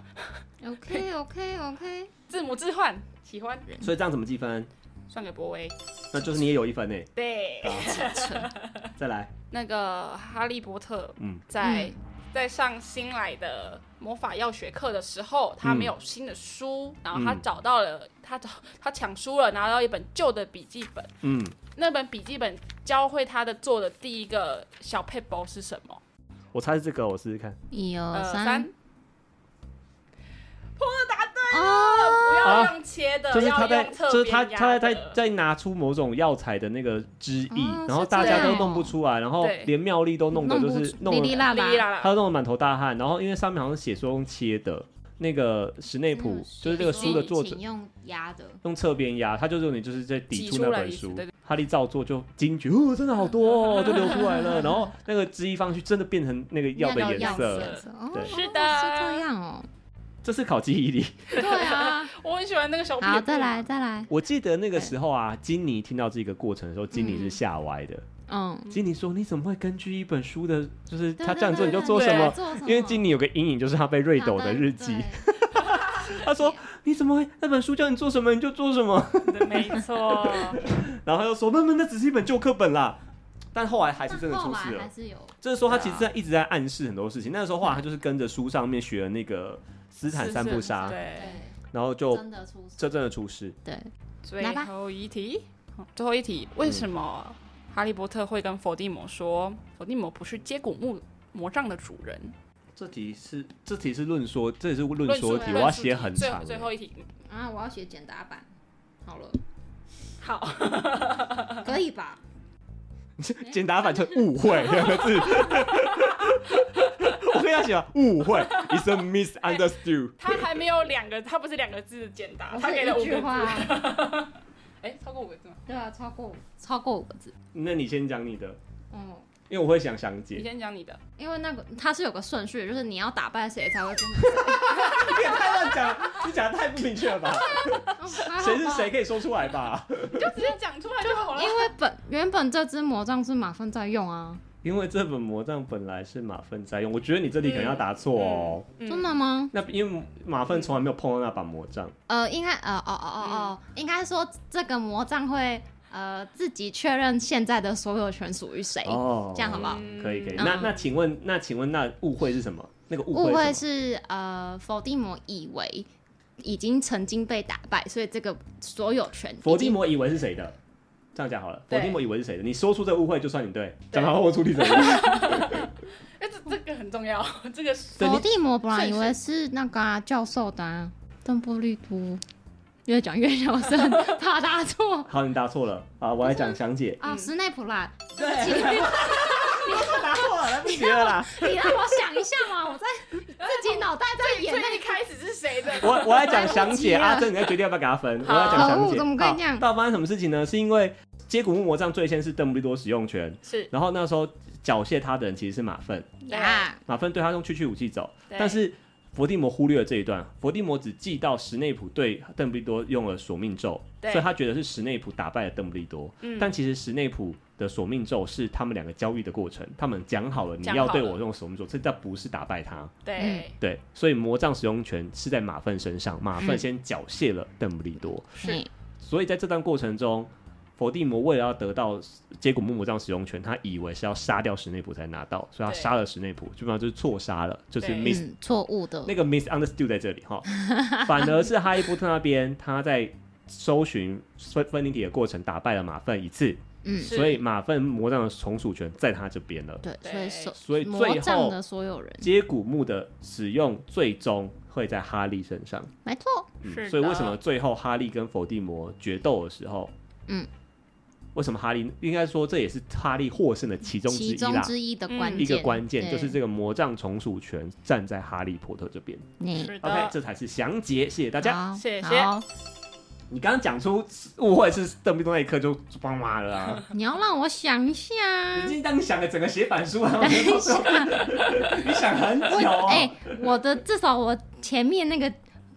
Speaker 3: OK OK
Speaker 2: <laughs>
Speaker 3: OK，
Speaker 2: 字母置换，喜欢，
Speaker 1: 所以这样怎么计分？
Speaker 2: 算给博威。
Speaker 1: 那就是你也有一分呢。
Speaker 2: 对，
Speaker 1: 再来，
Speaker 2: 那个哈利波特
Speaker 1: 嗯，
Speaker 2: 在、
Speaker 3: 嗯
Speaker 2: 在上新来的魔法药学课的时候，他没有新的书，然后他
Speaker 1: 嗯
Speaker 2: 找到了，他找他抢书了，拿到一本旧的笔记本。
Speaker 1: 嗯，
Speaker 2: 那本笔记本教会他的做的第一个小配包是什么？
Speaker 1: 我猜是这个，我试试看。
Speaker 3: 一二
Speaker 2: 呃，
Speaker 3: 三
Speaker 2: 三，。
Speaker 3: 哦，
Speaker 2: 不
Speaker 1: 啊
Speaker 2: 要用切的，
Speaker 1: 就是他
Speaker 2: 要
Speaker 1: 在，
Speaker 2: 用侧
Speaker 1: 就是他
Speaker 2: 边压
Speaker 1: 他在
Speaker 2: 的
Speaker 1: 在在拿出某种药材的那个汁液
Speaker 3: 哦，
Speaker 1: 然后
Speaker 3: 是
Speaker 1: 大家
Speaker 2: 这
Speaker 1: 都
Speaker 2: 样
Speaker 1: 弄不出来，然后
Speaker 2: 对
Speaker 1: 连妙丽都弄的
Speaker 3: 不
Speaker 1: 就是
Speaker 3: 出
Speaker 1: 弄
Speaker 3: 哩
Speaker 1: 得
Speaker 3: 哩啦
Speaker 2: 哩哩
Speaker 3: 啦，
Speaker 2: 啦啦
Speaker 1: 他。弄得满头大汗，然后因为上面好像写说用切的，那个史内普就是这个书的作者
Speaker 3: 嗯请用压的，
Speaker 1: 用侧边压，他就是你就是在抵触那本
Speaker 2: 挤出来的意
Speaker 1: 书
Speaker 2: 思对对。
Speaker 1: 哈利照做就惊觉，哦，真的好多哦，就流出来了。然后那个汁液放上去，真的变成那个药的
Speaker 3: 那个
Speaker 1: 颜
Speaker 3: 药
Speaker 1: 色
Speaker 3: 的
Speaker 1: 了。
Speaker 3: 颜色，哦
Speaker 1: 对
Speaker 2: 是的
Speaker 3: 哦是这样哦，
Speaker 1: 这是考记忆力。
Speaker 3: 对啊，
Speaker 2: <laughs> 我很喜欢那个小撇步。
Speaker 3: 好，再来再来，
Speaker 1: 我记得那个时候啊，金妮听到这个过程的时候，金妮是吓歪的。
Speaker 3: 嗯，
Speaker 1: 金妮说：“你怎么会根据一本书的，就是
Speaker 3: 对
Speaker 1: 他这样做你就
Speaker 3: 对
Speaker 1: 做
Speaker 3: 对
Speaker 1: 什
Speaker 3: 对
Speaker 1: 么？”
Speaker 3: 做什么
Speaker 1: 因为金妮有个阴影，就是她被瑞斗的日记。她说：“你怎么会？那本书叫你做什么你就做什么。” <laughs>
Speaker 2: <laughs> 对，没错。
Speaker 1: 然后他就说：“慢慢，那只是一本旧课本啦。”但后来还
Speaker 3: 还
Speaker 1: 是真的出事了
Speaker 3: 还。是有，
Speaker 1: 就是说，他其实在一直在暗示很多事情。那时候，后来他就是跟着书上面学了那个斯坦三步杀，
Speaker 2: 对，
Speaker 3: 对，
Speaker 1: 然后就
Speaker 3: 真的出事，
Speaker 1: 哎这真的出事。
Speaker 3: 对，来
Speaker 2: 最
Speaker 3: 吧
Speaker 2: 后一题，好最后一题，为什么哈利波特会跟伏地魔说，伏地魔不是接骨木魔杖的主人？
Speaker 1: 这题是这题是论说，这也是论
Speaker 2: 论
Speaker 1: 说
Speaker 2: 述
Speaker 1: 题，
Speaker 2: 论
Speaker 1: 我要
Speaker 2: 述
Speaker 1: 写
Speaker 2: 题
Speaker 1: 很
Speaker 2: 最
Speaker 1: 长欸。
Speaker 2: 最后一题，
Speaker 3: 啊，我要写简答版，好了，
Speaker 2: 好，
Speaker 3: 可以吧？
Speaker 1: 简答版就误会 <laughs> 两个字。我跟他写啊误会，is a misunderstood。
Speaker 2: 他还没有两个，他不是两个字的简答，
Speaker 3: 我
Speaker 2: 他
Speaker 3: 是
Speaker 2: 给了
Speaker 3: 一
Speaker 2: 五
Speaker 3: 句
Speaker 2: 个
Speaker 3: 话
Speaker 2: 字，
Speaker 3: 啊，
Speaker 2: 哎，超过五个字吗？
Speaker 3: 对啊，超过超过五个字，
Speaker 1: 那你先讲你的，
Speaker 3: 嗯。
Speaker 1: 因为我会想详解
Speaker 2: 你。先讲你的，
Speaker 3: 因为那个它是有个顺序，就是你要打败谁才会跟你。
Speaker 1: 你也太乱讲了， <laughs> 你讲的太不明确了 <laughs> 吧？ <laughs> 谁是谁可以说出来吧？
Speaker 2: 你就直接讲出来就好了
Speaker 3: <laughs> 因。为本原本这只魔杖是马粪在用啊，
Speaker 1: 因为这本魔杖本来是马粪在用，我觉得你这里可能要答错哦。
Speaker 2: 嗯
Speaker 3: 真的吗？
Speaker 1: 那因为马粪从来没有碰到那把魔杖，
Speaker 3: 呃，应该呃哦哦哦哦，应该说这个魔杖会呃自己确认现在的所有权属于谁。
Speaker 1: 哦
Speaker 3: 哎这样好不好
Speaker 1: 可以可以。
Speaker 3: 嗯
Speaker 1: 那那请问那请问那误会是什么？那个误
Speaker 3: 误
Speaker 1: 会
Speaker 3: 会
Speaker 1: 是什么
Speaker 3: 是呃，伏地魔以为已经曾经被打败，所以这个所有权已经
Speaker 1: 伏地魔以为是谁的？这样讲好了，伏
Speaker 2: 对
Speaker 1: 地魔以为是谁的？你说出这个误会就算你对，
Speaker 2: 对
Speaker 1: 讲到我处理怎么样？
Speaker 2: 哎，这这个很重要， <laughs> 这个
Speaker 1: 对你
Speaker 3: 伏地魔本来
Speaker 2: 顺
Speaker 3: 以
Speaker 2: 序
Speaker 3: 为是那个、啊、教授的、啊，邓布利多，越讲越小声，怕答错
Speaker 1: 好，你答错了啊！我来讲详解。
Speaker 3: 啊！斯内普啦，
Speaker 1: 对，答错了，来不及了啦！
Speaker 3: 你让我想一下嘛，我在自己脑袋在演
Speaker 2: 所
Speaker 3: 那
Speaker 2: 以一开始是谁的？
Speaker 1: <laughs>
Speaker 2: <laughs>
Speaker 1: 我我来讲详解
Speaker 3: 来
Speaker 1: 啊，
Speaker 3: 不
Speaker 1: 这
Speaker 3: 及了
Speaker 1: 你再决定要不要给他分。我来讲
Speaker 3: 好
Speaker 1: 详解。
Speaker 3: 怎么可以这样
Speaker 1: 好到底发生什么事情呢？是因为接骨木魔杖最先是邓布利多使用权，
Speaker 2: 是
Speaker 1: 然后那时候缴械他的人其实是马粪，
Speaker 3: 呀，
Speaker 1: 马粪对他用去去武器走，
Speaker 2: 对
Speaker 1: 但是伏地魔忽略了这一段，伏地魔只记到史内普对邓布利多用了索命咒，
Speaker 2: 对
Speaker 1: 所以他觉得是史内普打败了邓布利多，
Speaker 2: 嗯
Speaker 1: 但其实史内普的索命咒是他们两个交易的过程，他们讲好了你
Speaker 2: 讲
Speaker 1: 要
Speaker 2: 好
Speaker 1: 对
Speaker 2: 了
Speaker 1: 我用索命咒，这但不是打败他，
Speaker 2: 对，
Speaker 1: 对，所以魔杖使用权是在马粪身上，马粪
Speaker 3: 嗯
Speaker 1: 先缴械了邓布利多，
Speaker 2: 是
Speaker 3: 嘿
Speaker 1: 所以在这段过程中，伏地魔为了要得到接骨木魔杖使用权，他以为是要杀掉史内普才拿到，所以他
Speaker 2: 对
Speaker 1: 杀了史内普，基本上就是错杀了，就是
Speaker 2: 对
Speaker 1: miss
Speaker 3: 嗯，错误的
Speaker 1: <laughs> 那，个 misunderstood 在这里哈。反而是哈利波特那边，他在搜寻分分灵体的过程打败了马粪一次，
Speaker 3: 嗯，
Speaker 2: 是
Speaker 1: 所以马粪魔杖的从属权在他这边了。
Speaker 3: 对，所以
Speaker 2: 对
Speaker 3: 所
Speaker 1: 所以
Speaker 3: 魔
Speaker 1: 最
Speaker 3: 杖
Speaker 1: 后
Speaker 3: 的所有人，
Speaker 1: 接骨木的使用最终会在哈利身上。嗯
Speaker 3: 没错，
Speaker 2: 是的
Speaker 1: 所以为什么最后哈利跟伏地魔决斗的时候，
Speaker 3: 嗯，
Speaker 1: 为什么哈利应该说这也是哈利获胜的其中之
Speaker 3: 其
Speaker 1: 一
Speaker 3: 中
Speaker 1: 啦？
Speaker 3: 之一的
Speaker 2: 嗯
Speaker 3: 关键，
Speaker 1: 一个关键就是
Speaker 3: 对
Speaker 1: 这个魔杖从属权站在哈利波特这边。
Speaker 3: 你
Speaker 2: 是
Speaker 1: OK，
Speaker 2: 的，
Speaker 1: 这才是详解，谢谢大
Speaker 3: 大
Speaker 1: 家。
Speaker 2: 谢谢
Speaker 1: 你刚刚讲出误会是邓布利多那一刻就帮妈了
Speaker 3: <laughs>
Speaker 1: 啊！
Speaker 3: 你要让我想一下，
Speaker 1: 已经当你想了整个写板书
Speaker 3: <laughs>
Speaker 1: 了，
Speaker 3: 等一下，
Speaker 1: 你想很久、
Speaker 3: 我
Speaker 1: 哦。
Speaker 3: 哎、我的至少我前面那个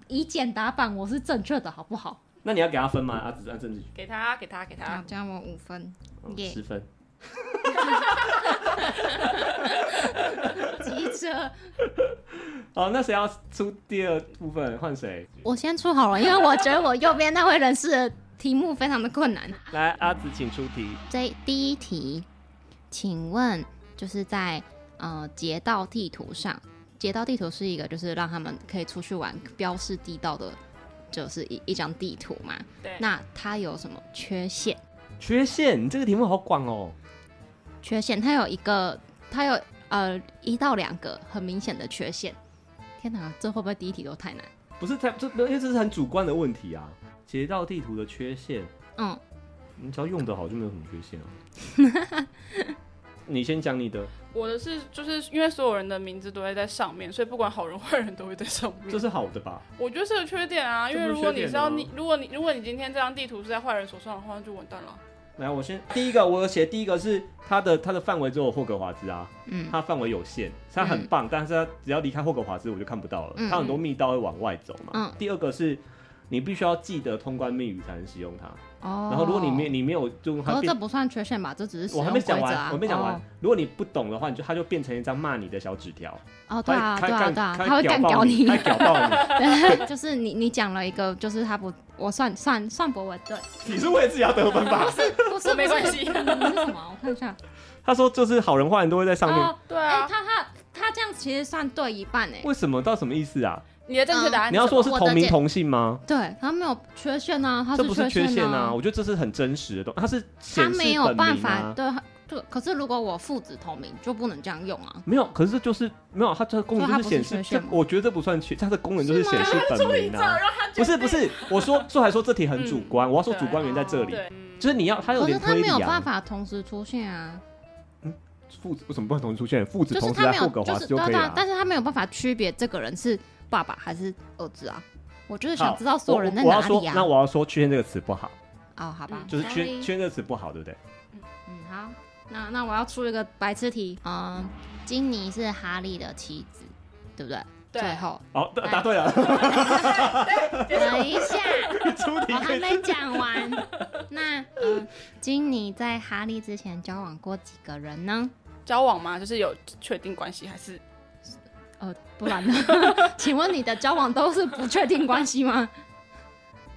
Speaker 3: 以简答版我是正确的，好不好？
Speaker 1: 那你要给他分吗？啊，只是按政治
Speaker 2: 给他，给他，给他，
Speaker 3: 这样我五分，耶
Speaker 1: 十分。
Speaker 3: 急着 <laughs>
Speaker 1: 哦，那谁要出第二部分？换谁？
Speaker 3: 我先出好了，因为我觉得我右边那位人士的题目非常的困难。
Speaker 1: 来，阿紫请出题。
Speaker 3: 这第一题，请问就是在呃街道地图上，街道地图是一个就是让他们可以出去玩标示地道的，就是一一张地图嘛。
Speaker 2: 对，
Speaker 3: 那它有什么缺陷？
Speaker 1: 缺陷，你这个题目好广哦。
Speaker 3: 缺陷，它有一个，它有呃一到两个很明显的缺陷。天哪，这会不会第一题都太难？
Speaker 1: 不是太这，因为这是很主观的问题啊。街道地图的缺陷，
Speaker 3: 嗯，
Speaker 1: 你只要用得好就没有什么缺陷啊。
Speaker 3: <laughs>
Speaker 1: 你先讲你的，
Speaker 2: 我的是就是因为所有人的名字都会在上面，所以不管好人坏人都会在上面。
Speaker 1: 这是好的吧？
Speaker 2: 我觉得是个缺点啊，因为
Speaker 1: 这不是
Speaker 2: 如果你
Speaker 1: 缺
Speaker 2: 知
Speaker 1: 点
Speaker 2: 道
Speaker 1: 啊
Speaker 2: 你，如果你如果你今天这张地图是在坏人手上的话，那就完蛋了。
Speaker 1: 来，我先第一个，我有写第一个是它的它的范围只有霍格华兹啊，
Speaker 3: 嗯
Speaker 1: 它范围有限，它很棒，但是它只要离开霍格华兹我就看不到了，
Speaker 3: 嗯
Speaker 1: 它很多密道会往外走嘛。
Speaker 3: 嗯
Speaker 1: 第二个是你必须要记得通关密语才能使用它，
Speaker 3: 哦
Speaker 1: 然后如果你没你没有就用
Speaker 3: 可
Speaker 1: 它
Speaker 3: 是
Speaker 1: 变
Speaker 3: 哦这不算缺陷吧？这只是使
Speaker 1: 我
Speaker 3: 用
Speaker 1: 还
Speaker 3: 规
Speaker 1: 没
Speaker 3: 则
Speaker 1: 讲完，
Speaker 3: 啊。
Speaker 1: 我没讲完。
Speaker 3: 哦。
Speaker 1: 如果你不懂的话，你就它就变成一张骂你的小纸条，
Speaker 3: 哦，对啊，
Speaker 1: 它
Speaker 3: 对啊，对啊，
Speaker 1: 它
Speaker 3: 他会
Speaker 1: 屌
Speaker 3: 干
Speaker 1: 爆
Speaker 3: 掉
Speaker 1: 你，
Speaker 3: 你。
Speaker 1: 它屌爆
Speaker 3: <laughs> 对，就是你你讲了一个，就是他不，我算算算博文对，
Speaker 1: 你，你是为自己要得分吧？
Speaker 3: <laughs> 不是
Speaker 2: 没
Speaker 3: 不是
Speaker 2: 关系
Speaker 3: 嗯你是什么？我看一下。
Speaker 1: 他说就是好人坏人都会在上面，
Speaker 3: 哦，
Speaker 2: 对
Speaker 3: 哎、
Speaker 2: 啊，
Speaker 3: 他他他这样其实算对一半哎。
Speaker 1: 为什么？到什么意思啊？
Speaker 2: 你的正确答案
Speaker 1: 你
Speaker 2: 是什么、
Speaker 1: 要说是
Speaker 3: 我的
Speaker 1: 同名
Speaker 3: 解
Speaker 1: 同姓吗？
Speaker 3: 对他没有缺陷啊，他
Speaker 1: 这不是缺
Speaker 3: 缺
Speaker 1: 陷啊，
Speaker 3: 啊，
Speaker 1: 我觉得这是很真实的东西，它是显
Speaker 3: 他
Speaker 1: 示
Speaker 3: 没有
Speaker 1: 本
Speaker 3: 办
Speaker 1: 名
Speaker 3: 法
Speaker 1: 啊。
Speaker 3: 对他对。可是如果我父子同名就不能这样用啊。
Speaker 1: 没有，可是就是没有，它这个功能就是显
Speaker 3: 所以它不是缺
Speaker 1: 示，
Speaker 3: 陷
Speaker 1: 这
Speaker 3: 吗
Speaker 1: 我觉得这不算缺，它的功能就是
Speaker 3: 是吗
Speaker 1: 显示本名
Speaker 2: 这样
Speaker 1: 啊。
Speaker 2: 让他
Speaker 1: 不是不
Speaker 2: <laughs>
Speaker 1: 是，我说说还说这题很
Speaker 3: 嗯
Speaker 1: 主观，我要说主
Speaker 2: 对
Speaker 1: 观原因在这里，
Speaker 2: 对，嗯
Speaker 1: 就是你要它有
Speaker 3: 可是
Speaker 1: 点
Speaker 3: 他
Speaker 1: 推
Speaker 3: 没
Speaker 1: 理
Speaker 3: 有
Speaker 1: 啊
Speaker 3: 办。法同时出现啊，
Speaker 1: 父子为什么不能同时出现？父子
Speaker 3: 就是
Speaker 1: 同时
Speaker 3: 他
Speaker 1: 在
Speaker 3: 没
Speaker 1: 霍
Speaker 3: 有，
Speaker 1: 格华
Speaker 3: 就是
Speaker 1: 兹就
Speaker 3: 对
Speaker 1: 可以
Speaker 3: 啊
Speaker 1: 了，。
Speaker 3: 但是他没有办法区别这个人是爸爸还是儿子啊。我就是想
Speaker 1: 好
Speaker 3: 知道所有人在
Speaker 1: 我我
Speaker 3: 哪
Speaker 1: 要说
Speaker 3: 里，啊。
Speaker 1: 那我要说“缺陷”这个词不好，
Speaker 3: 哦，好吧
Speaker 2: 嗯，
Speaker 1: 就是“缺
Speaker 3: Sorry
Speaker 1: 缺陷”这个词不好，对不对？
Speaker 3: 嗯，好，那那我要出一个白痴题。嗯，金妮是哈利的妻子，对不对？
Speaker 2: 对 <laughs>
Speaker 3: 最后，
Speaker 1: 好，哦答
Speaker 3: 来
Speaker 1: 答对了，
Speaker 3: 等一下，
Speaker 1: <laughs> 出题
Speaker 3: 我
Speaker 1: 可
Speaker 3: 还
Speaker 1: 以。
Speaker 3: 没讲完。 <laughs> 那嗯，金妮在哈利之前交往过几个人呢？
Speaker 2: 交往吗？就是有确定关系还是
Speaker 3: 呃，不然呢？ <laughs> 请问你的交往都是不确定关系
Speaker 2: <laughs>
Speaker 3: 吗？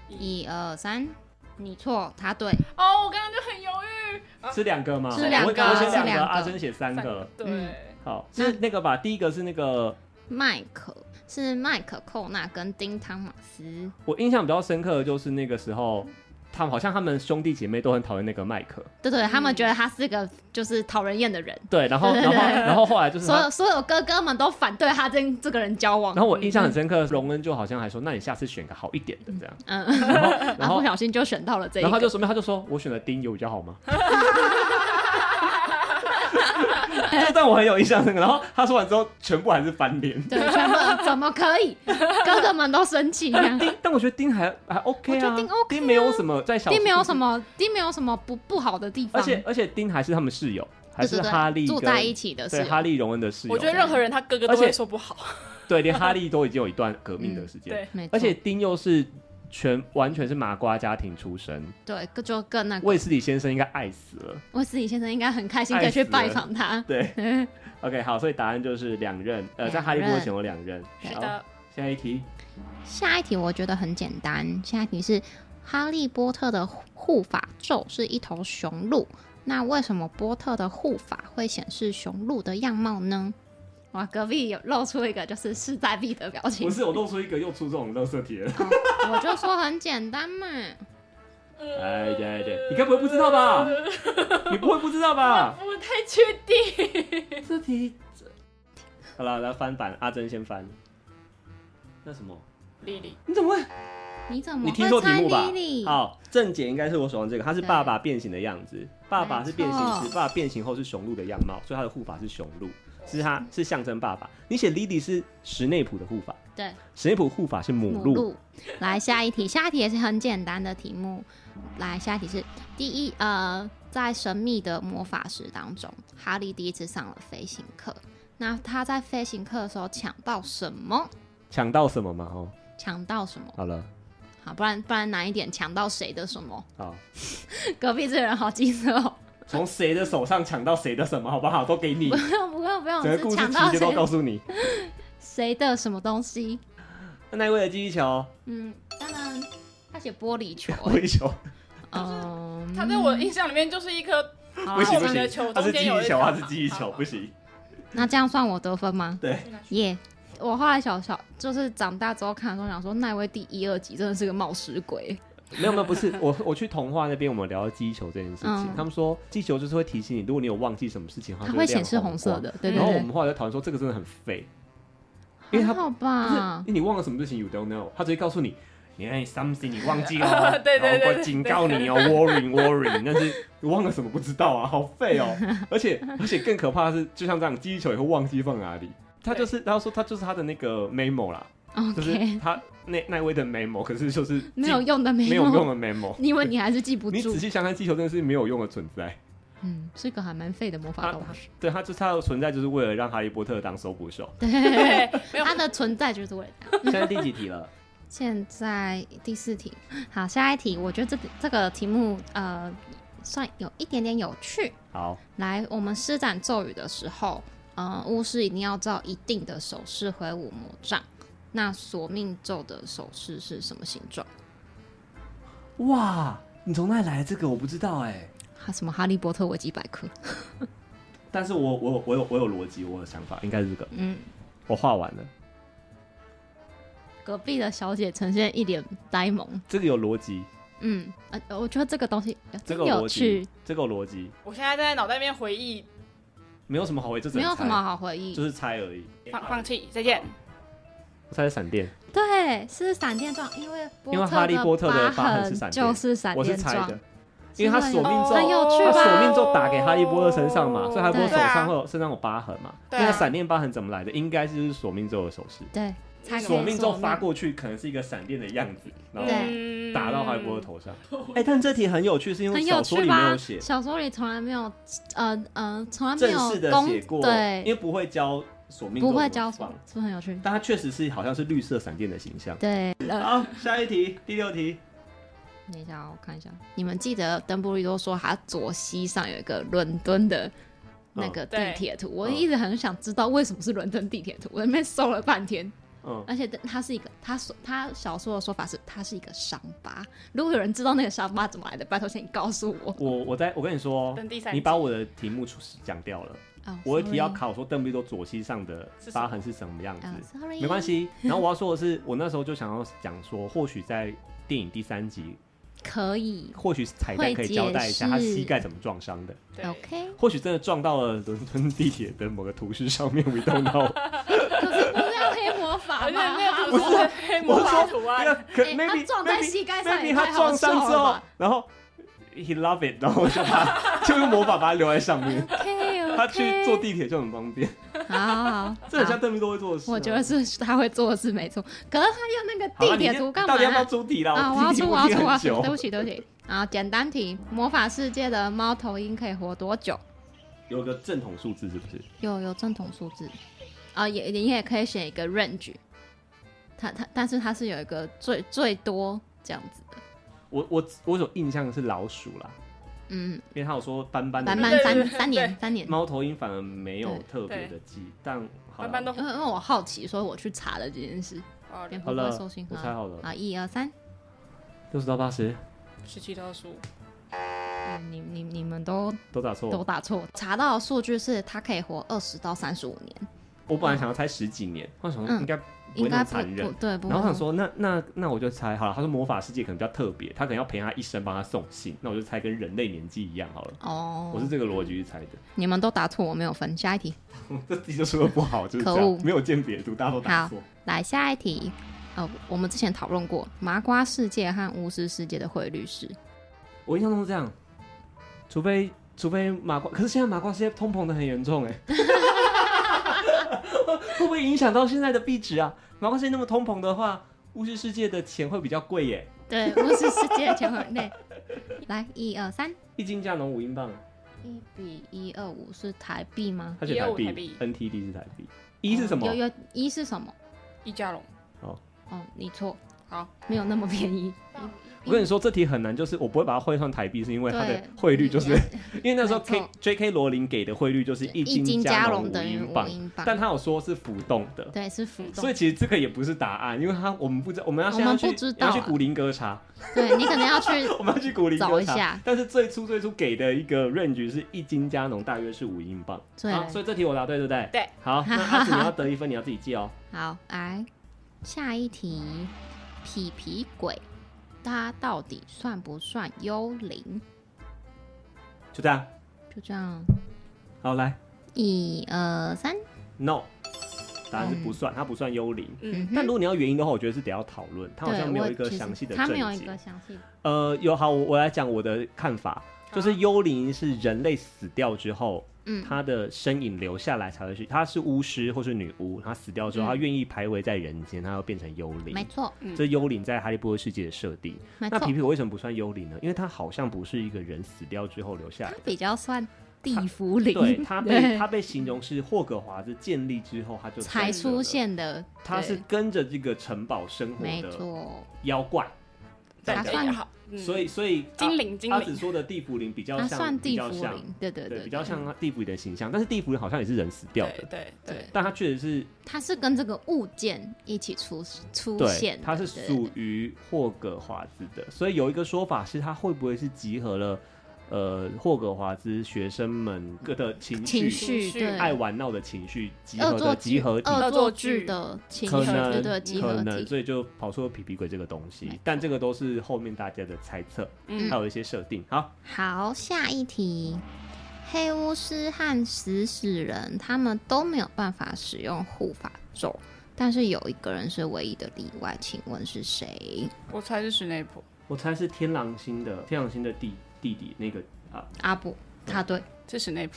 Speaker 3: 一二三，你错，他对。
Speaker 2: 哦，我刚刚就很犹豫。
Speaker 1: 是两个吗？
Speaker 3: 是
Speaker 2: 两
Speaker 1: 我
Speaker 2: 个
Speaker 1: 我
Speaker 2: 是
Speaker 1: 写
Speaker 3: 两
Speaker 1: 个，
Speaker 3: 个
Speaker 1: 阿珍写三个。
Speaker 2: 对，
Speaker 3: 嗯
Speaker 1: 好，是那个吧？第一个是那个，
Speaker 3: 麦克是麦克寇纳跟丁汤马斯。
Speaker 1: 我印象比较深刻的就是那个时候，他们好像他们兄弟姐妹都很讨厌那个麦克，
Speaker 3: 对对，他们
Speaker 2: 嗯
Speaker 3: 觉得他是个就是讨人厌的人。
Speaker 1: 对，然
Speaker 3: <laughs>
Speaker 1: 后
Speaker 3: 对
Speaker 1: 然
Speaker 3: 对
Speaker 1: 后
Speaker 3: 对
Speaker 1: 然后后来就是
Speaker 3: 所
Speaker 1: 他，
Speaker 3: 有所有哥哥们都反对他跟这个人交往。
Speaker 1: 然后我印象很深刻，荣恩就好像还说，那你下次选个好一点的这样，
Speaker 3: 嗯，
Speaker 1: 然后然
Speaker 3: 然后
Speaker 1: 后
Speaker 3: 不小心就选到了这一个，
Speaker 1: 然后他就说明他就说我选的丁有比较好吗？这段我很有印象深刻。然后他说完之后，全部还是翻脸。
Speaker 3: 对，全部怎么可以？哥哥们都生气呀、
Speaker 1: 丁，但我觉得丁还还 OK
Speaker 3: 我觉
Speaker 1: 啊，
Speaker 3: 得丁 OK 啊
Speaker 1: 丁没有什么在小，
Speaker 3: 丁没有什，么，丁没有什么不不好的地方，
Speaker 1: 而且而且丁还是他们室友，还
Speaker 3: 对
Speaker 1: 是
Speaker 3: 对对
Speaker 1: 哈利
Speaker 3: 住
Speaker 1: 跟
Speaker 3: 在一起的是
Speaker 1: 对哈利荣恩的室友。
Speaker 2: 我觉得任何人他哥哥都
Speaker 1: 而且
Speaker 2: 会说不好。
Speaker 1: 对，连哈利都已经有一段革命的时间，
Speaker 2: 嗯对，
Speaker 3: 没错
Speaker 1: 而且丁又是全完全是麻瓜家庭出身，
Speaker 3: 对，就跟
Speaker 2: 嗯
Speaker 3: 那个
Speaker 1: 卫斯理先生应该爱死了。
Speaker 3: 威斯理先生应该很开心
Speaker 1: 爱
Speaker 3: 可以去
Speaker 1: 死
Speaker 3: 拜
Speaker 1: 了
Speaker 3: 访他。
Speaker 1: 对
Speaker 2: <laughs>
Speaker 1: ，OK，好，所以答案就是两任，呃，在哈利波特前有两任。
Speaker 3: 对
Speaker 2: 是
Speaker 1: 好，
Speaker 2: 的，
Speaker 1: 下一题。
Speaker 3: 下一题我觉得很简单，下一题是哈利波特的护法咒是一头雄鹿，那为什么波特的护法会显示雄鹿的样貌呢？哇，隔壁有露出一个就是势在必得表情 <laughs>
Speaker 1: 不。是我露出一个又出这种垃圾
Speaker 2: <laughs>
Speaker 1: 帖，
Speaker 3: 哦我就说很简单嘛，
Speaker 1: 哎对哎对，你该不会不知道
Speaker 2: <laughs>
Speaker 1: 吧？你不会不知道吧？
Speaker 2: 我太确定。
Speaker 1: 这题，好了，来翻版，阿珍先翻。那什么？
Speaker 2: 丽丽，
Speaker 1: 你怎么会？
Speaker 3: 你怎么
Speaker 1: 你听
Speaker 3: 会
Speaker 1: 错题
Speaker 3: 猜
Speaker 1: 目吧
Speaker 3: 莉嗯莉？？
Speaker 1: 好，正解应该是我手上这个，它是爸爸变形的样子。爸爸是变形
Speaker 3: 没
Speaker 1: 时，
Speaker 3: 错
Speaker 1: 爸爸变形后是雄鹿的样貌，所以他的护法是雄鹿，是他是象征爸爸。你写 Lily 是史内普的护法，
Speaker 3: 对，
Speaker 1: 史内普护法是母
Speaker 3: 母
Speaker 1: 鹿。
Speaker 3: 鹿。来下一题，下一题也是很简单的题目。来下一题是第一，呃，在神秘的魔法师当中，哈利第一次上了飞行课。那他在飞行课的时候抢到什么？
Speaker 1: 抢到什么嘛？哦，
Speaker 3: 抢到什么？
Speaker 1: 好了，
Speaker 3: 好，不然不然难一点，抢到谁的什么？ <laughs>
Speaker 1: 好，
Speaker 3: 隔壁这人好机车哦！ <laughs>
Speaker 1: 从谁的手上抢到谁的什么，好不好？都给你
Speaker 3: 不，用不用不用，
Speaker 1: 整个故事
Speaker 3: 是抢
Speaker 1: 情
Speaker 3: 到
Speaker 1: 节都告
Speaker 3: 谁
Speaker 1: 诉你。
Speaker 3: 谁的什么东西？
Speaker 1: 那一位的记忆球，
Speaker 3: 嗯，当然他写玻璃球、欸
Speaker 1: <laughs> 挥球，
Speaker 3: 嗯，
Speaker 2: 他在我的印象里面就是一颗
Speaker 1: 嗯
Speaker 3: 好
Speaker 1: 不
Speaker 3: 啦
Speaker 1: 行
Speaker 2: 我
Speaker 1: 不
Speaker 2: 们的
Speaker 1: 行，
Speaker 2: 球
Speaker 1: 他是
Speaker 2: 中
Speaker 1: 记
Speaker 2: 间有
Speaker 1: 忆球，
Speaker 2: 一条
Speaker 1: 他是记忆
Speaker 2: 好
Speaker 1: 球，
Speaker 2: 好
Speaker 1: 不行。
Speaker 3: 那这样算我得分吗？
Speaker 1: 对，
Speaker 3: 耶、我后来小小就是长大之后看的时候，想说奈威第一、二集真的是个冒失鬼。
Speaker 1: 没有没有，不是我我去童话那边，我们聊到记忆球这件事情，
Speaker 3: 嗯
Speaker 1: 他们说记忆球就是会提醒你，如果你有忘记什么事情，
Speaker 3: 它
Speaker 1: 就
Speaker 3: 会
Speaker 1: 亮
Speaker 3: 显示红色
Speaker 1: 光
Speaker 3: 的，对
Speaker 2: 嗯，
Speaker 3: 对
Speaker 1: 然后我
Speaker 3: 对
Speaker 1: 们，后来就讨论说，这个真的很废，因为它
Speaker 3: 还好
Speaker 1: 不是
Speaker 3: 吧，
Speaker 1: 因为你忘了什么事情，you don't know，他直接告诉你。你看 something 你忘记了哦
Speaker 3: <laughs>
Speaker 2: 对对
Speaker 1: 然
Speaker 2: 对
Speaker 1: 后
Speaker 2: 对
Speaker 1: 我警告你哦，warning warning，但 <laughs> 是你忘了什么不知道啊，好废
Speaker 3: <laughs>
Speaker 1: 哦！而且而且更可怕的是，就像这样，记忆球也会忘记放哪里。他就是他说他就是他的那个 memo 啦，就
Speaker 3: OK，、
Speaker 1: 是他那那位的 memo，可是就是
Speaker 3: 没有
Speaker 1: 记
Speaker 3: 用的没
Speaker 1: 没有用的 memo，
Speaker 3: 因为你还是记 <laughs> 不
Speaker 1: 你
Speaker 3: 住
Speaker 1: 仔。细想想，气球真的是没有用的存在。
Speaker 3: 嗯，是个还蛮废的魔
Speaker 1: 啊
Speaker 3: 法道
Speaker 1: <laughs>
Speaker 3: 具。
Speaker 1: 对，它就是它的存在，就是为了让哈利波特当搜捕手。
Speaker 3: 对，
Speaker 2: 对，没有
Speaker 3: 它的存在就是为了它。
Speaker 1: <laughs> 现在第几题了？
Speaker 3: 现在第四题，好，下一题，我觉得这个这个题目呃，算有一点点有趣。
Speaker 1: <laughs> 好，
Speaker 3: 来，我们施展咒语的时候，呃，巫师一定要照一定的手势挥舞魔杖。那索命咒的手势是什么形状？
Speaker 1: 哇，你从哪里来的这个？我不知道哎、
Speaker 3: 哈，什么《哈利波特维基百科》？
Speaker 1: 但是我我有我有我有逻辑，我有想法，应该是这个。
Speaker 3: 嗯，
Speaker 1: 我画完了，
Speaker 3: 隔壁的小姐呈现一脸呆萌。
Speaker 1: 这个有逻辑，
Speaker 3: 嗯，呃，我觉得这个东西呃
Speaker 1: 这
Speaker 3: 真
Speaker 1: 个有
Speaker 3: 有
Speaker 1: 逻
Speaker 3: 趣
Speaker 1: 辑，，这个有逻辑，
Speaker 2: 我现在在脑袋里面回忆，
Speaker 1: 没有什么好回，就只
Speaker 3: 没
Speaker 1: 能
Speaker 3: 有什
Speaker 1: 猜
Speaker 3: 么，好回忆。
Speaker 1: 就是猜而已。
Speaker 2: 放放弃，再见。
Speaker 1: 我猜是闪电，
Speaker 3: 对，是闪电状，因为
Speaker 1: 因为哈利波特的疤痕是闪电
Speaker 3: 就是闪
Speaker 1: 我是
Speaker 3: 电
Speaker 1: 猜
Speaker 3: 状
Speaker 1: 的，，因为他索命
Speaker 2: 真
Speaker 1: 咒
Speaker 3: 很。有趣
Speaker 1: 他
Speaker 2: 啊
Speaker 3: 吧？
Speaker 1: 索命咒打给哈利波特身上嘛，所以哈利波特手
Speaker 3: 嗯对啊
Speaker 1: 上会有身上有疤痕嘛。
Speaker 2: 对啊
Speaker 1: 那闪电疤痕怎么来的？应该是就是索命咒的手势。
Speaker 3: 对，
Speaker 2: 索
Speaker 3: 猜
Speaker 2: 命
Speaker 1: 索命咒发过去，可能是一个闪电的样子，然后
Speaker 3: 对
Speaker 2: 嗯
Speaker 3: 嗯
Speaker 1: 打到哈利波特。头上。哎、但这题很有趣，是因为
Speaker 3: 很有
Speaker 1: 小说
Speaker 3: 趣
Speaker 1: 里没
Speaker 3: 吧？
Speaker 1: 有写，
Speaker 3: 小说里从来没有，呃呃，从来没
Speaker 1: 正式
Speaker 3: 有
Speaker 1: 的写
Speaker 3: 公
Speaker 1: 过，
Speaker 3: 对，
Speaker 1: 因为不会教索命，
Speaker 3: 不会教什
Speaker 1: 放
Speaker 3: 么，，是不是很有趣？
Speaker 1: 但它确实是好像是绿色闪电的形象。
Speaker 3: 对，呃，
Speaker 1: 好，下一题，第六题，
Speaker 3: 等一下哦，我看一下，你们记得邓布利多说他左膝上有一个伦敦的那个地铁图，我
Speaker 1: 嗯
Speaker 3: 一直很想知道为什么是伦敦地铁图，我在那边搜了半天，
Speaker 1: 嗯，
Speaker 3: 而且它是一个，他说他小说的说法是它是一个伤疤。如果有人知道那个伤疤怎么来的，拜托请你告诉我。
Speaker 1: 我我在我跟你说哦
Speaker 2: 等第三，集
Speaker 1: 你把我的题目出讲掉了，
Speaker 3: 哦
Speaker 1: 我的题要
Speaker 3: sorry
Speaker 1: 考我说邓布利多左膝上的
Speaker 2: 是什么
Speaker 1: 疤痕是什么样子
Speaker 3: 哦。，sorry，
Speaker 1: 没关。系，然后我要说的是，我那时候就想要讲说，或许在电影第三集
Speaker 3: 可以
Speaker 1: 或许彩蛋可以交代一下
Speaker 3: 会
Speaker 1: 他
Speaker 3: 解释
Speaker 1: 膝盖怎么撞伤的，
Speaker 2: 对
Speaker 3: ，OK，
Speaker 1: 或许真的撞到了伦敦地铁的某个图示上面，we don't
Speaker 3: <laughs>
Speaker 1: know。
Speaker 3: 可是不是要黑魔法
Speaker 2: 而且
Speaker 3: 吗？
Speaker 2: 啊那个图是黑魔法图
Speaker 1: 对
Speaker 2: 案，
Speaker 1: 啊，可
Speaker 3: 哎
Speaker 1: maybe
Speaker 3: 他撞在膝盖上
Speaker 1: maybe-
Speaker 3: 也
Speaker 1: maybe
Speaker 3: 太
Speaker 1: 他撞伤之
Speaker 3: 好笑
Speaker 1: 后
Speaker 3: 了吧，
Speaker 1: 然后 he love it，然后我就把就用魔法把它留在上
Speaker 3: <laughs>
Speaker 1: 面。
Speaker 3: OK，
Speaker 1: <laughs> 他去坐地铁就很方便，
Speaker 3: 好好好，
Speaker 1: 这很像邓布利多会做的事啊。
Speaker 3: 我觉得是他会做的事没错，可是他用那个
Speaker 1: 好啦
Speaker 3: 地铁
Speaker 1: 你
Speaker 3: 图干
Speaker 1: 到底要不要
Speaker 3: 嘛？
Speaker 1: 出题啦？
Speaker 3: 啊，我要
Speaker 1: 听
Speaker 3: 出，我要
Speaker 1: 听
Speaker 3: 出，我
Speaker 1: 很
Speaker 3: 要出！对
Speaker 1: 久。
Speaker 3: 不起，对不起。啊，简单题，魔法世界的猫头鹰可以活多久？
Speaker 1: 有个正统数字是不是？
Speaker 3: 有有正统数字，啊，也你也可以选一个 range，它它但是它是有一个最最多这样子的，
Speaker 1: 我我我有印象是老鼠啦，
Speaker 3: 嗯，
Speaker 1: 因为他有说斑斑的
Speaker 3: 慢
Speaker 1: 那个
Speaker 3: 慢
Speaker 2: 对对对
Speaker 3: 三三年三年，
Speaker 1: 猫头鹰反而没有
Speaker 3: 对
Speaker 1: 特别的记，但好
Speaker 2: 班班
Speaker 1: 了，
Speaker 2: 都
Speaker 3: 因为因为我好奇，所以我去查了这件事，
Speaker 2: 啊
Speaker 3: 蝙
Speaker 1: 好
Speaker 3: 蝠会
Speaker 1: 了
Speaker 3: 搜寻
Speaker 1: 我猜好了
Speaker 3: 啊，一二三，
Speaker 1: 六十到八十
Speaker 2: 十七到二十五，
Speaker 3: 嗯你你你们都
Speaker 1: 都打
Speaker 3: 都
Speaker 1: 错，
Speaker 3: 打错，查到的数据是它可以活二十到三十五年，
Speaker 1: 我本来想要猜十几年，我想说
Speaker 3: 嗯
Speaker 1: 应该不
Speaker 3: 应
Speaker 1: 会那么
Speaker 3: 该不
Speaker 1: 残忍
Speaker 3: 不。对，不
Speaker 1: 然后
Speaker 3: 会
Speaker 1: 想说，那那那我就猜好了。他说魔法世界可能比较特别，他可能要陪他一生帮他送信。那我就猜跟人类年纪一样好了。
Speaker 3: 哦
Speaker 1: 我，是这个逻辑去猜的。
Speaker 3: 你们都答错，我没有分。下一题，
Speaker 1: <laughs> 这题就说的不好，就是
Speaker 3: 嗯可
Speaker 1: 这
Speaker 3: 恶
Speaker 1: 样，没有鉴别度，大家都打
Speaker 3: 好
Speaker 1: 错。
Speaker 3: 来下一题。呃，我们之前讨论过麻瓜世界和巫师世界的汇率是
Speaker 1: 我印象中是这样，除非除非麻瓜，可是现在麻瓜现在通膨的很严重哎、 <laughs> 会不会影响到现在的币值啊？麻瓜世界那么通膨的话，巫师世界的钱会比较贵耶、
Speaker 3: 对巫师世界的钱汇率。 <laughs> 来，一二三，
Speaker 1: 一斤加龙五英镑，
Speaker 3: 一比一二五是台币吗？哦
Speaker 1: 它写台
Speaker 2: 125台币
Speaker 1: 币，NTD 是台币，一是什么
Speaker 3: 有？有一是什么？
Speaker 2: 一加龙，
Speaker 3: 哦，你错，
Speaker 2: 好，
Speaker 3: 没有那么便宜。
Speaker 1: 我跟你说，这题很难，就是我不会把它换算台币，是因为它的汇率就是，因为那时候 K
Speaker 3: 没
Speaker 1: J K 罗琳给的汇率就是一
Speaker 3: 一斤
Speaker 1: 加
Speaker 3: 龙
Speaker 1: 五
Speaker 3: 等于
Speaker 1: 英
Speaker 3: 五
Speaker 1: 镑，
Speaker 3: 英
Speaker 1: 但
Speaker 3: 镑，
Speaker 1: 他有说是浮动的，
Speaker 3: 对，是浮动
Speaker 1: 所以。其实这个也不是答案，因为他我们不知道，我们要
Speaker 3: 我
Speaker 1: 现在
Speaker 3: 们
Speaker 1: 去
Speaker 3: 不知道啊
Speaker 1: 要去古灵阁查，
Speaker 3: 对你可能要去
Speaker 1: <laughs> 我们要去古灵
Speaker 3: 找
Speaker 1: 阁
Speaker 3: 一
Speaker 1: 查
Speaker 3: 下。
Speaker 1: 但是最初最初给的一个 range 是一斤加农，大约是五英镑。
Speaker 3: 对
Speaker 1: 好所以这题我答对，对不对？
Speaker 2: 对。
Speaker 1: 好，那阿
Speaker 3: <laughs>
Speaker 1: 紫你要得一分，你要自己记哦。
Speaker 3: 好，来下一题，皮皮鬼，它到底算不算幽灵？
Speaker 1: 就这样。
Speaker 3: 就这样，
Speaker 1: 好，来
Speaker 3: 一二三，
Speaker 1: ，no，答案是不算，它不算幽灵。
Speaker 3: 嗯
Speaker 2: 嗯，
Speaker 1: 但
Speaker 3: 哼，
Speaker 1: 如果你要原因的话，我觉得是得要讨论，它好
Speaker 3: 对
Speaker 1: 像没有
Speaker 3: 我
Speaker 1: 一个
Speaker 3: 其实
Speaker 1: 详细的
Speaker 3: 它
Speaker 1: 证
Speaker 3: 没有一
Speaker 1: 据
Speaker 3: 个详细的，
Speaker 1: 呃，有好，我我来讲我的看法，就是幽灵是人类死掉之后，
Speaker 3: 嗯
Speaker 1: 他的身影留下来才会去，他是巫师或是女巫，他死掉之后，
Speaker 3: 嗯
Speaker 1: 他愿意徘徊在人间，他要变成幽灵
Speaker 3: 没。错，
Speaker 1: 这幽灵在哈利波特世界的设定，
Speaker 3: 没
Speaker 1: 那
Speaker 3: 错
Speaker 1: 皮，皮我为什么不算幽灵呢？因为他好像不是一个人死掉之后留下来
Speaker 3: 它
Speaker 1: 的。
Speaker 3: 比较算地府灵，
Speaker 1: 啊对
Speaker 3: <laughs>
Speaker 1: 他被
Speaker 3: 对
Speaker 1: 他被形容是霍格华兹建立之后，他就真
Speaker 3: 才
Speaker 1: 的
Speaker 3: 出
Speaker 1: 了，
Speaker 3: 现的，
Speaker 1: 他是
Speaker 3: 对
Speaker 1: 跟着这个城堡生活
Speaker 3: 没
Speaker 1: 的
Speaker 3: 错，
Speaker 1: 妖怪，
Speaker 2: 再
Speaker 3: 打
Speaker 2: 等
Speaker 3: 算
Speaker 2: 一下，嗯
Speaker 1: 所以所以
Speaker 2: 精灵精
Speaker 1: 阿
Speaker 2: 灵
Speaker 1: 紫说的地府灵比较
Speaker 3: 它
Speaker 1: 像，
Speaker 3: 啊算
Speaker 1: 比
Speaker 3: 地
Speaker 1: 较
Speaker 3: 府
Speaker 1: 像，
Speaker 3: 灵，对对
Speaker 1: 对，比较，像地府灵的形象。但是地府灵好像也是人死掉
Speaker 2: 对
Speaker 1: 的，
Speaker 2: 对对，
Speaker 1: 但它确实是
Speaker 3: 它是跟这个物件一起出出
Speaker 1: 对
Speaker 3: 现的，，
Speaker 1: 它是
Speaker 3: 对
Speaker 1: 属于霍格华兹的。所以有一个说法是，它会不会是集合了呃霍格华兹学生们各的情
Speaker 3: 情
Speaker 1: 绪、
Speaker 3: 绪，
Speaker 2: 绪
Speaker 3: 对，
Speaker 1: 爱玩闹的情绪集
Speaker 3: 恶
Speaker 1: 合
Speaker 3: 作
Speaker 1: 的
Speaker 3: 剧
Speaker 1: 集合体？
Speaker 3: 恶
Speaker 2: 恶
Speaker 3: 作
Speaker 2: 作
Speaker 3: 剧
Speaker 2: 剧
Speaker 3: 的情绪，
Speaker 1: 可
Speaker 3: 对
Speaker 1: 能
Speaker 3: 对，集
Speaker 1: 可
Speaker 3: 合
Speaker 1: 能，
Speaker 3: 体，
Speaker 1: 所以就跑出了皮皮鬼这个东
Speaker 3: 没
Speaker 1: 西
Speaker 3: 错，
Speaker 1: 但这个都是后面大家的猜测，
Speaker 2: 嗯
Speaker 1: 还，有一些设定。好，
Speaker 3: 好，下一题。黑巫师和食死人他们都没有办法使用护法咒，但是有一个人是唯一的例外，请问是谁？
Speaker 2: 我猜是史内普，
Speaker 1: 我猜是天狼星的天狼星的弟弟弟那个啊，
Speaker 3: 阿布，他对，
Speaker 1: 嗯
Speaker 2: 是史内普。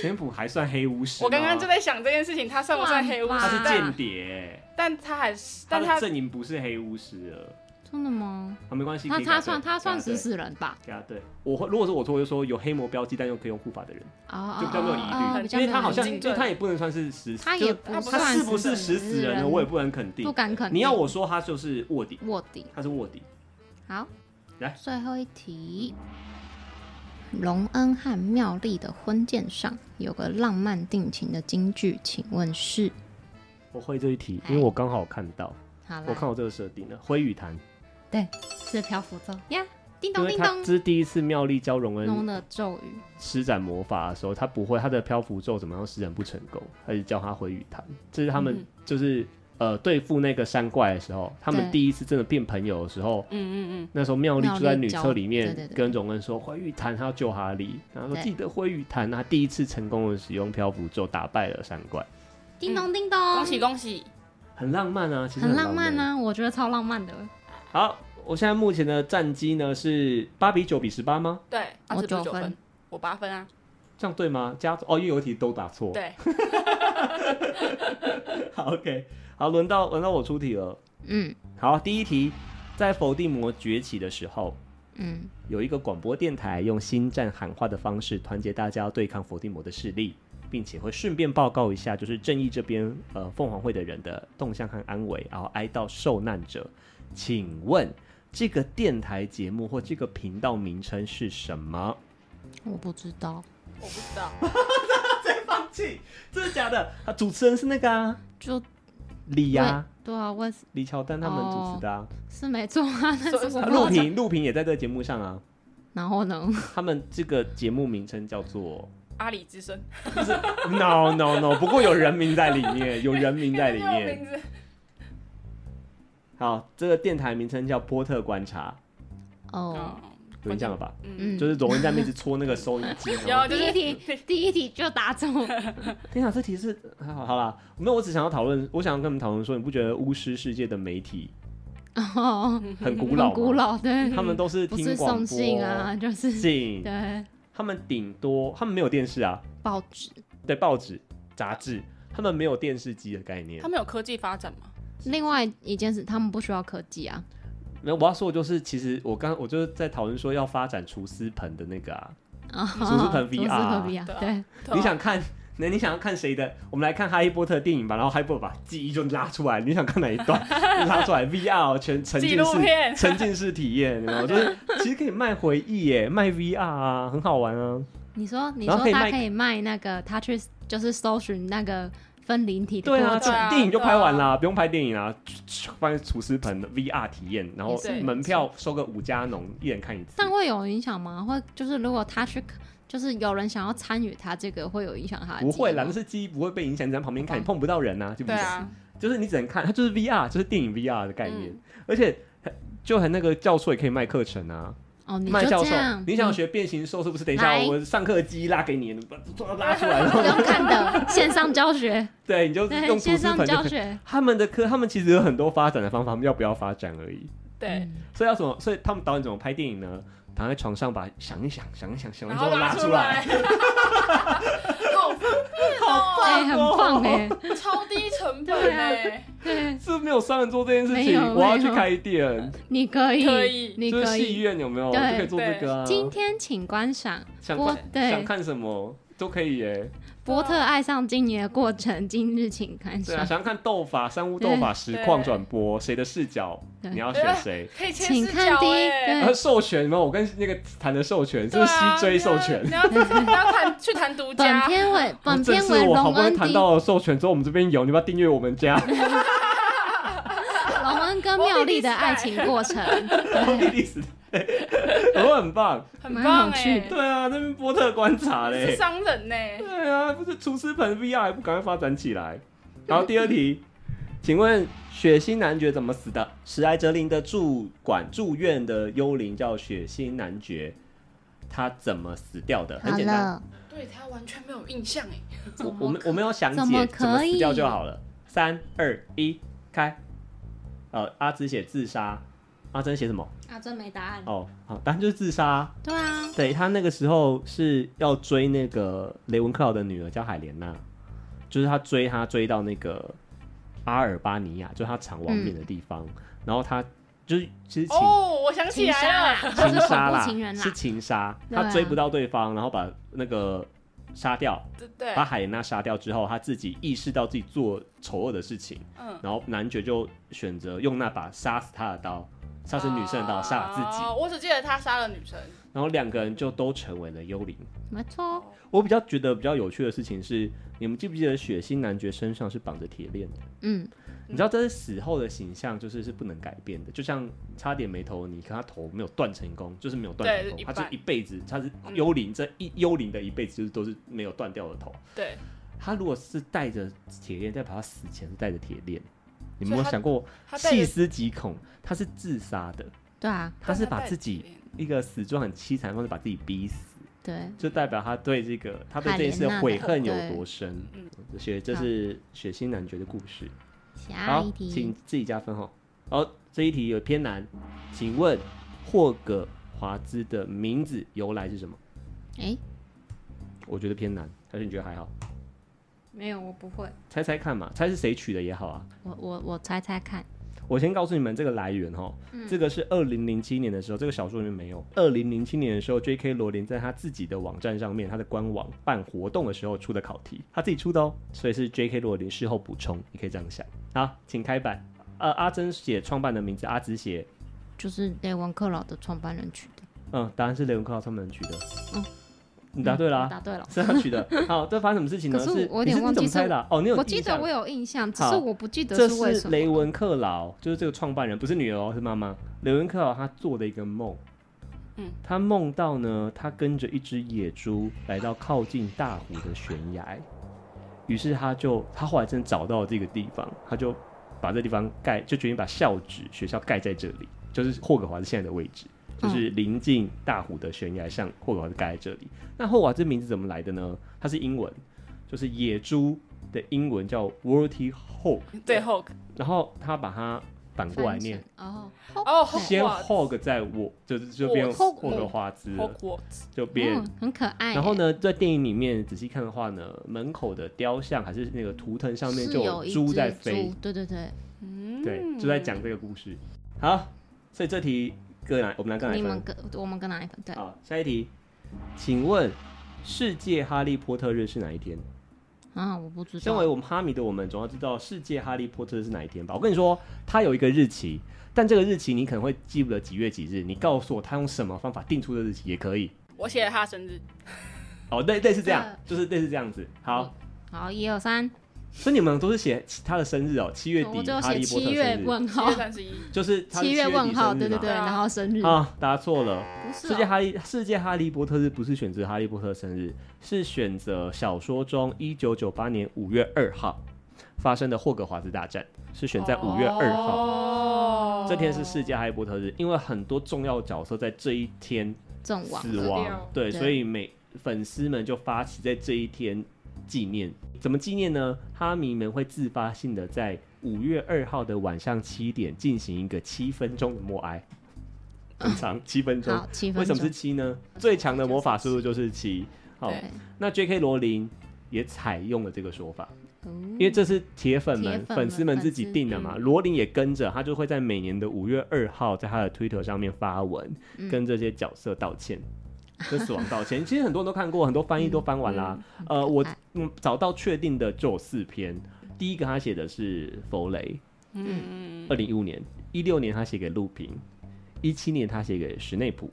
Speaker 1: 神普还算黑巫师吗。
Speaker 2: 我刚刚就在想这件事情，他算不算黑巫
Speaker 1: 他
Speaker 2: 师
Speaker 1: 是？
Speaker 2: 但
Speaker 1: 间谍，欸
Speaker 2: 但他还是，
Speaker 1: 他
Speaker 2: 但他
Speaker 1: 的阵营不是黑巫师了。
Speaker 3: 真的吗？
Speaker 1: 啊，没关系，
Speaker 3: 他
Speaker 1: 可以
Speaker 3: 他
Speaker 1: 给
Speaker 3: 算
Speaker 1: 对
Speaker 3: 他算
Speaker 1: 给对
Speaker 3: 食死人吧？
Speaker 1: 给他对，我会如果是我错，我就说有黑魔标记但又可以用护法的人，
Speaker 3: 哦，
Speaker 1: 就比较没有疑
Speaker 3: 哦哦比
Speaker 1: 虑，
Speaker 3: 较
Speaker 1: 因为
Speaker 3: 没有
Speaker 1: 他好
Speaker 3: 疑
Speaker 1: 像
Speaker 3: 虑
Speaker 1: 就他也不能算是食，
Speaker 3: 他
Speaker 1: 就
Speaker 3: 也
Speaker 1: 是
Speaker 3: 不
Speaker 2: 不
Speaker 1: 他
Speaker 3: 算
Speaker 1: 是不是
Speaker 3: 食
Speaker 1: 食死人呢？
Speaker 3: 人
Speaker 1: 我也不能肯定
Speaker 3: 不。敢肯定。
Speaker 1: 你要我说他就是卧底，
Speaker 3: 卧底
Speaker 1: 他是卧底。
Speaker 3: 好，
Speaker 1: 来
Speaker 3: 最后一题。隆恩和妙丽的婚宴上有个浪漫定情的金句，请问是？
Speaker 1: 我会这一题，
Speaker 3: 哎
Speaker 1: 因为我刚好看到，
Speaker 3: 好了，
Speaker 1: 我看到这个设定了。灰羽坛，
Speaker 3: 是漂浮咒呀，叮
Speaker 1: 因
Speaker 3: 咚
Speaker 1: 为
Speaker 3: 叮
Speaker 1: 他
Speaker 3: 咚
Speaker 1: 这，是第一次妙丽教荣
Speaker 3: 弄
Speaker 1: 恩
Speaker 3: 的咒语，
Speaker 1: 施展魔法的时候，他不会他的漂浮咒怎么样施展不成功，他就教他回雨坛。这是他们
Speaker 2: 嗯
Speaker 1: 就是、呃对付那个山怪的时候，他们
Speaker 3: 对
Speaker 1: 第一次真的变朋友的时候，
Speaker 2: 嗯嗯
Speaker 1: 那时候妙丽
Speaker 3: 妙
Speaker 1: 就在
Speaker 3: 丽
Speaker 1: 女
Speaker 3: 教
Speaker 1: 厕里面
Speaker 3: 对对对
Speaker 1: 跟荣恩说回雨坛，他要救哈利，然后说
Speaker 3: 对
Speaker 1: 记得回雨坛，他第一次成功的使用漂浮咒打败了山怪，
Speaker 3: 叮咚叮咚，
Speaker 2: 嗯，恭喜恭喜，
Speaker 1: 很浪漫啊，其实
Speaker 3: 很
Speaker 1: 浪
Speaker 3: 浪漫啊，我觉得超浪漫的，
Speaker 1: 好，我现在目前的战绩呢是八比九比十八吗？
Speaker 2: 对，
Speaker 3: 我
Speaker 2: 二十
Speaker 3: 九
Speaker 2: 九
Speaker 3: 分
Speaker 2: 分，我八分啊，
Speaker 1: 这样对吗？加哦，因为有一题都打错。
Speaker 2: 对，
Speaker 1: <laughs> 好，OK，好，轮到轮到我出题了。
Speaker 3: 嗯
Speaker 1: 好，第一题，在伏地魔崛起的时候，
Speaker 3: 嗯，
Speaker 1: 有一个广播电台用星战喊话的方式团结大家对抗伏地魔的势力，并且会顺便报告一下，就是正义这边呃凤凰会的人的动向和安危，然后哀悼受难者。请问这个电台节目或这个频道名称是什么？
Speaker 3: 我不知道，
Speaker 2: 我不知道，
Speaker 1: 放弃，真的假的？啊，主持人是那个啊，
Speaker 3: 就
Speaker 1: 李呀、啊，
Speaker 3: 对啊，我是
Speaker 1: 李乔丹他们主持的啊。
Speaker 3: 是没错啊，但是
Speaker 1: <laughs>
Speaker 2: 所
Speaker 3: 我
Speaker 1: 啊
Speaker 3: 不
Speaker 1: 陆
Speaker 3: 知道。 <laughs>
Speaker 1: 平，陆平也在这个节目上啊。
Speaker 3: 然后呢？
Speaker 1: 他们这个节目名称叫做
Speaker 2: 阿里之声，
Speaker 1: No No No，不过有人名在里
Speaker 3: <laughs>
Speaker 1: 面，有人名在里
Speaker 2: 这个
Speaker 1: 面
Speaker 2: 名。字
Speaker 1: 好，这个电台名称叫波特观察，
Speaker 3: 哦
Speaker 2: 哦，，
Speaker 1: 有人这样了吧？
Speaker 2: 嗯，
Speaker 3: 嗯，
Speaker 1: 就是罗文在那边一直戳那个收音机。然后
Speaker 2: 有就
Speaker 3: 第一
Speaker 2: 是
Speaker 3: 题，第一题就
Speaker 1: <laughs>
Speaker 3: 答中，
Speaker 1: 天啊，这题是还好好啦，没有，我只想要讨论，我想要跟你们讨论说，你不觉得巫师世界的媒
Speaker 3: <laughs>
Speaker 1: 体
Speaker 3: 哦，
Speaker 1: 很古老
Speaker 3: 很
Speaker 1: 吗？
Speaker 3: 古老，对，
Speaker 1: 他们都是
Speaker 3: 不
Speaker 1: <laughs> 听
Speaker 3: 是
Speaker 1: 广播
Speaker 3: 送信啊，就是
Speaker 1: 信，
Speaker 3: 对
Speaker 1: 他们顶多他们没有电视啊，
Speaker 3: 报纸
Speaker 1: 对报纸、杂志，他们没有电视机的概念
Speaker 2: <laughs> 他。们有科技发展吗？
Speaker 3: 另外一件事，他们不需要科技啊，
Speaker 1: 没有，我要说的就是，其实我刚我就是在讨论说要发展厨师盆的那个啊，
Speaker 3: 啊，
Speaker 1: 竹子盆 VR
Speaker 3: 竹子盆 VR，
Speaker 2: 对啊
Speaker 3: 对，
Speaker 1: 你想看，那你想要看谁的？我们来看《哈利波特》电影吧，然后哈利波特把记忆就拉出来，你想看哪一段 <laughs> 就拉出来？VR 全沉浸
Speaker 2: 纪录
Speaker 1: 式
Speaker 2: 片啊
Speaker 1: 沉浸式体验，然后
Speaker 2: <laughs>
Speaker 1: 就是其实可以卖回忆耶，卖 VR 啊，很好玩啊。
Speaker 3: 你说你
Speaker 1: 然
Speaker 3: 说
Speaker 1: 后可以
Speaker 3: 他
Speaker 1: 卖
Speaker 3: 可以卖那个，他去就是搜寻那个分灵体的
Speaker 1: 对啊，
Speaker 3: 过
Speaker 1: 这
Speaker 3: 程
Speaker 2: 对啊
Speaker 1: 电影就拍完啦，不用拍电影啦，放在厨师盆的 VR 体验，然后
Speaker 3: 也
Speaker 2: 是
Speaker 1: 门票收个五加农，一人看一次
Speaker 3: 但。会有影响吗？会就是如果他去，就是有人想要参与他这个，会有影响他的
Speaker 1: 不会啦，
Speaker 3: 记忆
Speaker 1: 那
Speaker 3: 吗
Speaker 1: 是记忆不会被影响，你在旁边看，你碰不到人啊，就不
Speaker 2: 对
Speaker 1: 是，
Speaker 2: 啊，
Speaker 1: 就是你只能看，它就是 VR，就是电影 VR 的概念，
Speaker 2: 嗯
Speaker 1: 而且就很那个教授也可以卖课程啊，
Speaker 3: 哦，你
Speaker 1: 麦
Speaker 3: 就
Speaker 1: 教
Speaker 3: 这
Speaker 1: 授
Speaker 3: 样，，嗯
Speaker 1: 你想学变形兽是不是？等一下，
Speaker 3: 来
Speaker 1: 我上课机拉给你，你把拉出来，然
Speaker 3: 不
Speaker 1: 后
Speaker 3: 用看的线上
Speaker 1: <laughs>
Speaker 3: 教学，
Speaker 1: 对，你就用
Speaker 3: 对，
Speaker 1: 图
Speaker 3: 线
Speaker 1: 书
Speaker 3: 上
Speaker 1: 本就
Speaker 3: 教
Speaker 1: 可以。
Speaker 3: 学，
Speaker 1: 他们的课，他们其实有很多发展的方法，要不要发展而已。
Speaker 2: 对，
Speaker 3: 嗯
Speaker 1: 所以要怎么？所以他们导演怎么拍电影呢？躺在床上把想一想，想一想，想完
Speaker 2: 然
Speaker 1: 之
Speaker 2: 后
Speaker 1: 后拉
Speaker 2: 出
Speaker 1: 出来，，
Speaker 2: 好哦好
Speaker 3: 哎，很棒哎，
Speaker 2: 超低成本
Speaker 3: 啊
Speaker 2: 哎，
Speaker 3: 对，
Speaker 1: 是不是没有商人做这件事
Speaker 3: 没
Speaker 1: 情
Speaker 3: 有。
Speaker 1: 我要
Speaker 3: 没
Speaker 1: 去
Speaker 3: 有
Speaker 1: 开店，
Speaker 3: 你
Speaker 1: <laughs>
Speaker 3: 可以，
Speaker 2: 可以
Speaker 3: 你
Speaker 1: 就是
Speaker 3: 可
Speaker 1: 戏
Speaker 3: 以。
Speaker 1: 院有没有就
Speaker 3: 对
Speaker 1: 可以做这个啊？
Speaker 3: 今天请观赏
Speaker 1: 想
Speaker 3: 波
Speaker 1: 看
Speaker 3: 对
Speaker 1: 想看什么都可以耶。
Speaker 3: 波特
Speaker 2: 啊
Speaker 3: 爱上金爷的过程，今日请观
Speaker 1: 对啊，
Speaker 3: 赏。
Speaker 1: 想要看斗法、三巫斗法、实况转播，谁的视角
Speaker 3: 对
Speaker 1: 你要选谁？
Speaker 2: 可以切
Speaker 3: 请
Speaker 2: 视
Speaker 3: 看
Speaker 2: 角
Speaker 3: 第一
Speaker 2: 哎
Speaker 3: <laughs> 对
Speaker 1: 然后授权吗？我跟那个谈的授权，是
Speaker 2: 对
Speaker 1: 不
Speaker 2: 啊
Speaker 1: 是西追授权
Speaker 2: 你？要你要你要谈去谈独
Speaker 3: 本
Speaker 2: 家，
Speaker 3: 片为 <laughs>
Speaker 1: <laughs>
Speaker 3: 本
Speaker 1: 这
Speaker 3: 片
Speaker 1: 次
Speaker 3: 为
Speaker 1: 我好
Speaker 3: 龙
Speaker 1: 不容
Speaker 3: 恩
Speaker 1: 易谈
Speaker 3: 迪、
Speaker 1: 到了授权之后，我们这边有，你要不要订阅我们
Speaker 3: <laughs>
Speaker 1: 家？
Speaker 3: 龙恩跟妙丽的爱情过
Speaker 1: <laughs>
Speaker 3: 程，
Speaker 1: 弟
Speaker 3: 对
Speaker 1: 弟死， <laughs> 我很棒。
Speaker 2: 很棒
Speaker 3: 蛮有
Speaker 2: 哎
Speaker 3: 趣，
Speaker 1: 对啊，那边波特观察
Speaker 2: 是
Speaker 3: <laughs>
Speaker 1: 嘞。
Speaker 2: 商人欸呢，
Speaker 1: 对啊，不是厨师盆 VR 还不赶快发展起来？然后第二题， <laughs> 请问血腥男爵怎么死的？史莱哲林的住管住院的幽灵叫血腥男爵，他怎么死掉的？很
Speaker 3: 好
Speaker 1: 简单，
Speaker 3: 了，
Speaker 2: 对他完全没有印象哎，
Speaker 3: 怎
Speaker 1: 我
Speaker 3: 么
Speaker 1: 我们我们要详解
Speaker 3: 怎
Speaker 1: 怎
Speaker 3: 么
Speaker 1: 么
Speaker 3: 可以
Speaker 1: 死掉就好了。三二一，开。呃，阿紫写自杀，阿珍写什么？
Speaker 3: 阿珍啊没答案。
Speaker 1: 哦，好，答案就是自杀啊。
Speaker 3: 对啊，
Speaker 1: 对他那个时候是要追那个雷文克劳的女儿叫海莲娜，就是他追她追到那个阿尔巴尼亚，就是他常
Speaker 3: 嗯
Speaker 1: 往面的地方，然后他就是其实情、
Speaker 2: 哦，我想起
Speaker 3: 情
Speaker 2: 来
Speaker 3: 杀
Speaker 2: 了，
Speaker 3: 啦，就
Speaker 1: 情
Speaker 3: 是
Speaker 1: 杀
Speaker 3: 恐怖
Speaker 1: 啦，
Speaker 3: 情人啦
Speaker 1: 是，情杀，
Speaker 3: 对啊
Speaker 1: 他追不到对方，然后把那个杀掉，
Speaker 2: 对对
Speaker 1: 把，海莲娜杀掉之后，他自己意识到自己做丑恶的事情，
Speaker 2: 嗯，
Speaker 1: 然后男爵就选择用那把杀死他的刀，杀死女生的刀，杀了自己，
Speaker 2: 哦我只记得他杀了女生，
Speaker 1: 然后两个人就都成为了幽灵。
Speaker 3: 没错，
Speaker 1: 我比较觉得比较有趣的事情是，你们记不记得血腥男爵身上是绑着铁链的？
Speaker 3: 嗯，
Speaker 1: 你知道这是死后的形象，就是是不能改变的。就像差点没头，你看他头没有断成功，就是没有断成
Speaker 2: 对
Speaker 1: 功，
Speaker 2: 一
Speaker 1: 他
Speaker 2: 半
Speaker 1: 就一辈子，他是幽灵，这一幽灵的一辈子就是都是没有断掉的头。
Speaker 2: 对，
Speaker 1: 他如果是带着铁链，再把他死前是带着铁链，你们
Speaker 2: 所以
Speaker 1: 有
Speaker 2: 他
Speaker 1: 想过
Speaker 2: 他带
Speaker 1: 细
Speaker 2: 着
Speaker 1: 思极恐？他是自杀的，
Speaker 3: 对啊，
Speaker 1: 他是把自
Speaker 2: 但他带着
Speaker 1: 己
Speaker 2: 铁链
Speaker 1: 一个死状很凄惨的方式把自己逼死。
Speaker 3: 对，
Speaker 1: 就代表他对这个他对嗯这件事的悔恨有多深
Speaker 2: 海莲娜。
Speaker 1: 这些这是血腥男爵的故事。
Speaker 3: 下
Speaker 1: 好
Speaker 3: 一，
Speaker 1: 请
Speaker 3: 题，
Speaker 1: 自己加分哦。哦，这一题有偏难，请问霍格华兹的名字由来是什么？
Speaker 3: 哎，
Speaker 1: 我觉得偏难，还是你觉得还好？
Speaker 3: 没有，我不会，
Speaker 1: 猜猜看嘛，猜是谁取的也好啊。
Speaker 3: 我我我猜猜看，
Speaker 1: 我先告诉你们这个来源哈，
Speaker 3: 嗯
Speaker 1: 这个是二零零七年的时候，这个小说里面没有。二零零七年的时候，J.K. 罗琳在他自己的网站上面，他的官网办活动的时候出的考题，他自己出的哦，所以是 J.K. 罗琳事后补充，你可以这样想。好，请开板。呃，阿珍写创办的名字，阿紫写，
Speaker 3: 就是雷文克劳的创办人取的，
Speaker 1: 嗯，答案是雷文克劳他们取的。
Speaker 3: 嗯
Speaker 1: 你答对了
Speaker 3: 嗯我
Speaker 1: 啊、
Speaker 3: 答对了。
Speaker 1: 是他取的。好，这发生什么事情呢？
Speaker 3: 可是
Speaker 1: 是
Speaker 3: 我有点
Speaker 1: 你是
Speaker 3: 忘记
Speaker 1: 你怎么猜的啊、哦，你有
Speaker 3: 我记
Speaker 1: 印
Speaker 3: 得
Speaker 1: 象
Speaker 3: 我有印象，只是
Speaker 1: 好
Speaker 3: 我不记得
Speaker 1: 这
Speaker 3: 为
Speaker 1: 是
Speaker 3: 什么。
Speaker 1: 雷文克劳，就是这个创办人，不是女儿哦，是妈妈。雷文克劳她做的一个梦，
Speaker 2: 嗯，
Speaker 1: 他梦到呢，他跟着一只野猪来到靠近大湖的悬崖，于是他就他后来真的找到了这个地方，他就把这地方盖，就决定把校址学校盖在这里，就是霍格华兹现在的位置，
Speaker 3: 嗯
Speaker 1: 就是临近大湖的悬崖上，霍格华兹盖在这里。那霍格华兹名字怎么来的呢？它是英文，就是野猪的英文叫 Warty Hog，
Speaker 2: 对 Hulk，
Speaker 1: 然后他把它反过来念，
Speaker 3: 翻成哦，
Speaker 2: 哦
Speaker 3: 对
Speaker 1: 先
Speaker 2: Hogwarts
Speaker 1: hog 在我，就是就变
Speaker 2: 霍
Speaker 1: 霍格华兹了，
Speaker 2: Hogwarts，
Speaker 1: 就变
Speaker 3: 哦很可爱。
Speaker 1: 然后？呢，在电影里面仔细看的话呢，门口的雕像还是那个图腾上面
Speaker 3: 是
Speaker 1: 就
Speaker 3: 有一
Speaker 1: 猪
Speaker 3: 只
Speaker 1: 在飞
Speaker 3: 猪，，对对对，
Speaker 2: 嗯，
Speaker 1: 对，就在讲这个故事。好，所以这题各拿，我们拿各拿
Speaker 3: 你
Speaker 1: 一
Speaker 3: 们
Speaker 1: 分。
Speaker 3: 跟我们跟哪一份？对，
Speaker 1: 好，下一题，请问世界哈利波特日是哪一天？
Speaker 3: 啊，我不知
Speaker 1: 身
Speaker 3: 道
Speaker 1: 为。我们哈迷的我们，总要知道世界哈利波特是哪一天吧？我跟你说，它有一个日期，但这个日期你可能会记不得几月几日。你告诉我他用什么方法定出的日期也可以。
Speaker 2: 我写了他的生日，
Speaker 1: 哦，类类似这样
Speaker 3: 呃，
Speaker 1: 就是类似这样子。好，
Speaker 3: 好，也有三，
Speaker 1: 所以你们都是写他的生日哦，七月底
Speaker 3: 我就
Speaker 1: 哈
Speaker 3: 写
Speaker 1: 利波特
Speaker 3: 七月
Speaker 1: 生日，
Speaker 3: 问
Speaker 2: 七
Speaker 3: 号
Speaker 2: 月，三十一，
Speaker 1: 就是他是
Speaker 3: 七
Speaker 1: 月
Speaker 3: 月问号，对对对，
Speaker 2: 对啊
Speaker 3: 然后生日，
Speaker 1: 啊，答错了。
Speaker 3: 不是
Speaker 1: 世界
Speaker 3: 哦
Speaker 1: 哈利世界哈利波特日不是选择哈利波特生日，是选择小说中一九九八年五月二号发生的霍格华兹大战，是选在五月二号。
Speaker 2: 哦
Speaker 1: 这天是世界哈利波特日，因为很多重要角色在这一天
Speaker 3: 阵亡
Speaker 1: 死
Speaker 2: 了
Speaker 1: 亡，对，
Speaker 3: 对
Speaker 1: 所以每粉丝们就发起在这一天纪念。怎么纪念呢？哈迷们会自发性的在五月二号的晚上七点进行一个七分钟的默哀，很
Speaker 3: <laughs>
Speaker 1: 长，七分钟。
Speaker 3: 好，七分
Speaker 1: 为什么是哦
Speaker 3: 钟
Speaker 1: 七呢？最强的魔法速度就是七。好
Speaker 2: 对，
Speaker 1: 那 J.K. 罗琳也采用了这个说法。
Speaker 3: 哦
Speaker 1: 因为这是铁粉们、
Speaker 3: 铁粉们嗯
Speaker 1: 粉丝们自己定的嘛。
Speaker 3: 粉
Speaker 1: 罗琳也跟着，他就会在每年的五月二号，在他的 Twitter 上面发文，
Speaker 3: 嗯
Speaker 1: 跟这些角色道
Speaker 3: <laughs>
Speaker 1: 歉，跟死亡道歉。其实很多人都看过，很多翻译都翻完啦。呃，我
Speaker 3: 爱
Speaker 1: 嗯找到确定的就有四篇。第一个他写的是弗雷，
Speaker 2: 嗯，
Speaker 1: 二零一五年、一六年他写给陆平，一七年他写给史内普，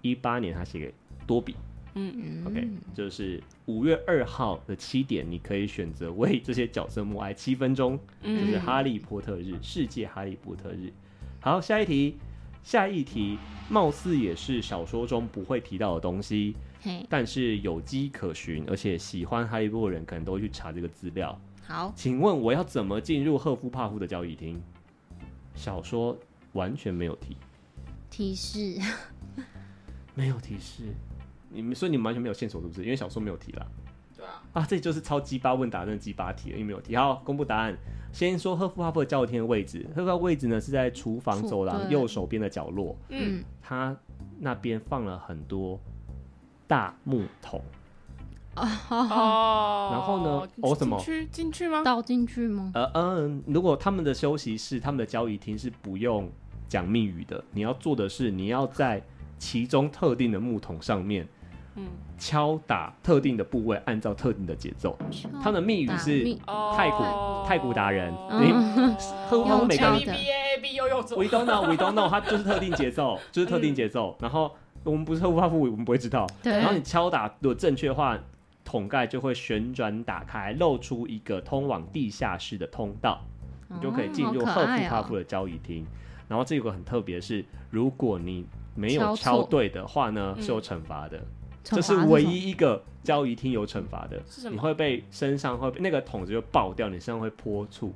Speaker 1: 一八年他写给多比。
Speaker 3: 嗯
Speaker 1: OK，就是五月二号的七点，你可以选择为这些角色默哀七分钟，就
Speaker 2: 嗯
Speaker 1: 是哈利波特日，世界哈利波特日。好，下一题，下一题，貌似也是小说中不会提到的东西，
Speaker 3: 嘿，
Speaker 1: 但是有迹可循，而且喜欢哈利波特的人可能都会去查这个资料。
Speaker 3: 好，
Speaker 1: 请问我要怎么进入赫夫帕夫的交易厅？小说完全没有提，
Speaker 3: 提示
Speaker 1: 没有提示，你们所以你们完全没有线索，是不是？因为小说没有提啦。
Speaker 2: 对啊，
Speaker 1: 啊，这就是超鸡巴问答真的鸡巴题了，因为没有题。好，公布答案。先说赫夫哈夫的教天位置，赫夫哈夫位置呢是在厨房
Speaker 3: 厨
Speaker 1: 走廊
Speaker 3: 对
Speaker 1: 右手边的角落，
Speaker 2: 嗯，
Speaker 1: 它那边放了很多大木桶，
Speaker 2: 哦，
Speaker 1: 然后呢哦什么
Speaker 2: 进去进去吗？
Speaker 3: 倒进去吗？
Speaker 1: 呃嗯，如果他们的休息室、他们的交易厅是不用讲密语的，你要做的是你要在其中特定的木桶上面
Speaker 2: 嗯，
Speaker 1: 敲打特定的部位，按照特定的节奏。他的密语
Speaker 3: 哦打
Speaker 1: 是
Speaker 3: 密
Speaker 2: 哦，
Speaker 1: 太古太古达人
Speaker 3: 你
Speaker 1: 喝
Speaker 3: 光
Speaker 2: 用
Speaker 3: 每个
Speaker 2: A B A B 又又走
Speaker 1: We，don't know, we don't know，它就是特定节奏，就是特定节奏。然后我们不是无法不，我们不会知道。
Speaker 3: 对
Speaker 1: 然后你敲打如果正确的话，桶盖就会旋转打开，露出一个通往地下室的通道，你就可以进入赫夫帕夫
Speaker 3: 哦
Speaker 1: 的交易厅。然后这个很特别是，如果你没有
Speaker 3: 敲
Speaker 1: 敲
Speaker 3: 错
Speaker 1: 对的话呢，
Speaker 2: 嗯
Speaker 1: 是有惩罚的。
Speaker 3: 好可爱哦
Speaker 1: 这是
Speaker 3: 惩罚
Speaker 1: 唯
Speaker 3: 什么
Speaker 1: 一一个交易厅有惩罚的
Speaker 2: 是什，么
Speaker 1: 你会被身上会被那个桶子就爆掉，你身上会泼醋。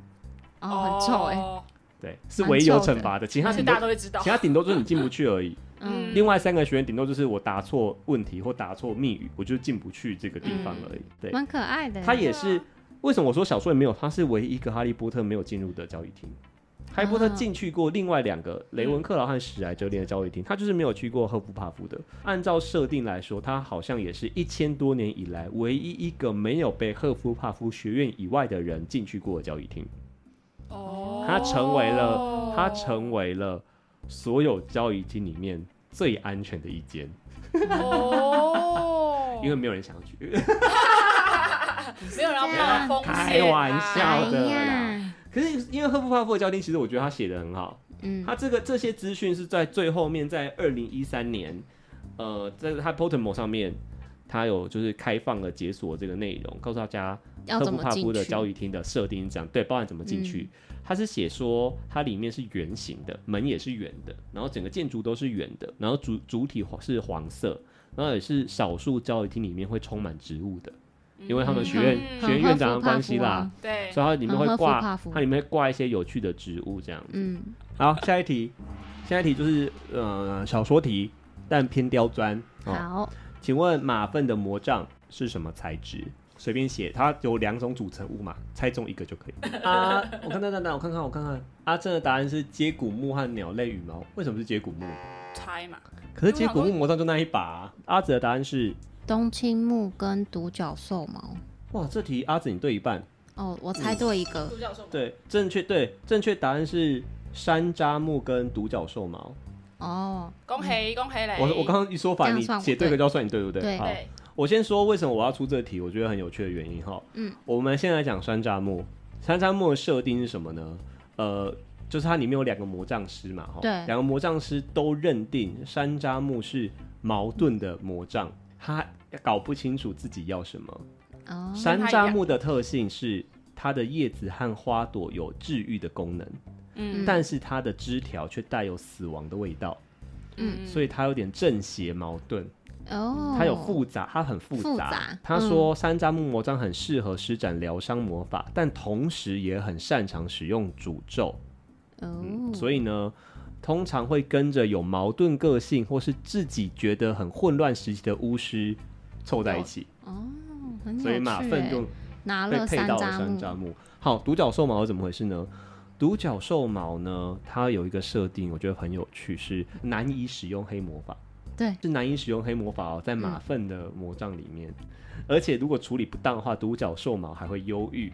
Speaker 3: 哦，很臭哎，
Speaker 2: 哦
Speaker 1: 对，是
Speaker 3: 蛮
Speaker 1: 唯一有
Speaker 3: 臭的
Speaker 1: 惩罚的，其他
Speaker 2: 而且
Speaker 1: 顶
Speaker 2: 哦大
Speaker 1: 多
Speaker 2: 家都会知道
Speaker 1: 其。他顶多就是你进不去而已。
Speaker 3: 嗯，
Speaker 1: 另外三个学员顶多就是我答错问题或答错密语，我就进不去这个地方而已。对，
Speaker 3: 蛮可爱的。
Speaker 1: 他也
Speaker 2: 嗯对
Speaker 1: 是
Speaker 2: 啊
Speaker 1: 为什么我说小说也没有，他是唯一一个哈利波特没有进入的交易厅。哈利波特
Speaker 2: 啊
Speaker 1: 进去过另外两个雷文克劳和史莱哲林的交易厅，他就是没有去过赫夫帕夫的。按照设定来说，他好像也是一千多年以来唯一一个没有被赫夫帕夫学院以外的人进去过的交易厅。
Speaker 2: 哦
Speaker 1: 他成为了，他成为了所有交易厅里面最安全的一间。
Speaker 2: 哦
Speaker 1: <laughs> ，因为没有人想去。
Speaker 2: 没有人要
Speaker 3: 这
Speaker 2: 冒
Speaker 3: 样
Speaker 2: 风险啊，
Speaker 1: 开玩笑
Speaker 3: 哎
Speaker 1: 的
Speaker 3: 呀，
Speaker 1: 可是因为赫夫帕夫的教练，其实我觉得他写的很好。
Speaker 3: 嗯，
Speaker 1: 他这个这些资讯是在最后面，在二零一三年，呃，在他 Pottermore 上面它有就是开放了解锁这个内容，告诉大家
Speaker 3: 要
Speaker 1: 赫
Speaker 3: 怎
Speaker 1: 布
Speaker 3: 么
Speaker 1: 帕夫
Speaker 3: 进
Speaker 1: 的
Speaker 3: 去？嗯
Speaker 1: 交易厅的设定是这样，对，包含怎么进去。它是写说它里面是圆形的，门也是圆的，然后整个建筑都是圆的，然后主主体黄是黄色，然后也是少数交易厅里面会充满植物的，因为他们
Speaker 2: 嗯
Speaker 1: 学院、
Speaker 2: 嗯
Speaker 1: 学院院长的关系
Speaker 3: 啊
Speaker 1: 啦，
Speaker 2: 对，
Speaker 1: 所以它里面
Speaker 3: 很
Speaker 1: 会
Speaker 3: 合乎
Speaker 1: 挂
Speaker 3: 帕夫，
Speaker 1: 它里面会挂一些有趣的植物这样子。
Speaker 3: 嗯，
Speaker 1: 好，下一题，下一题就是呃小说题，但偏刁钻。哦、
Speaker 3: 好，
Speaker 1: 请问马粪的魔杖是什么材质？随便写，它有两种组成物嘛，猜中一个就可以。啊，我看看，等等，我看看，我看看。阿正的答案是接骨木和鸟类羽毛。为什么是接骨木？
Speaker 2: 猜嘛，
Speaker 1: 可是接骨木魔杖就那一把啊、阿紫的答案是，
Speaker 3: 冬青木跟独角兽毛。
Speaker 1: 哇，这题阿紫你对一半。
Speaker 3: 哦，我猜对一个，
Speaker 2: 独角兽
Speaker 1: 对，正确对，正确答案是山楂木跟独角兽毛。
Speaker 3: 哦，
Speaker 2: 恭喜恭喜嘞！
Speaker 1: 我我刚刚一说反，
Speaker 3: 这样
Speaker 1: 你
Speaker 3: 算我
Speaker 1: 写对
Speaker 3: 对
Speaker 1: 个就要算你对，对不对？
Speaker 3: 对
Speaker 1: 好，
Speaker 2: 对
Speaker 1: 我先说为什么我要出这题，我觉得很有趣的原因哈。
Speaker 3: 嗯，
Speaker 1: 我们现在讲山楂木，山楂木的设定是什么呢？呃，就是它里面有两个魔杖师嘛，哈，
Speaker 3: 对
Speaker 1: 两个魔杖师都认定山楂木是矛盾的魔杖，他搞不清楚自己要什么。
Speaker 3: 哦，
Speaker 1: 山楂木的特性是它的叶子和花朵有治愈的功能，
Speaker 2: 嗯
Speaker 1: 但是它的枝条却带有死亡的味道，
Speaker 2: 嗯，
Speaker 1: 所以它有点正邪矛盾。
Speaker 3: 哦，
Speaker 1: 嗯它有复杂，它很复杂。
Speaker 3: 复杂哦
Speaker 1: 他
Speaker 3: 嗯
Speaker 1: 说山楂木魔杖很适合施展疗伤魔法，但同时也很擅长使用诅咒。
Speaker 3: 哦，
Speaker 1: 嗯所
Speaker 3: 以
Speaker 1: 以呢，通常会跟着有矛盾个性或是自己觉得很混乱时期的巫师凑在一起，
Speaker 3: 哦，很有
Speaker 1: 所以马
Speaker 3: 趣
Speaker 1: 粪
Speaker 3: 欸
Speaker 1: 就
Speaker 3: 拿
Speaker 1: 被
Speaker 3: 了
Speaker 1: 配
Speaker 3: 山
Speaker 1: 到了
Speaker 3: 楂
Speaker 1: 山
Speaker 3: 木，
Speaker 1: 楂木。好，独角兽毛是怎么回事呢？独角兽毛呢，它有一个设定，我觉得很有趣，是难以使用黑魔法。
Speaker 3: 对，
Speaker 1: 是难以使用黑魔法
Speaker 3: 嗯
Speaker 1: 哦，在马粪的魔杖里面，而且如果处理不当的话，独角兽毛还会忧
Speaker 3: <laughs>
Speaker 1: 郁。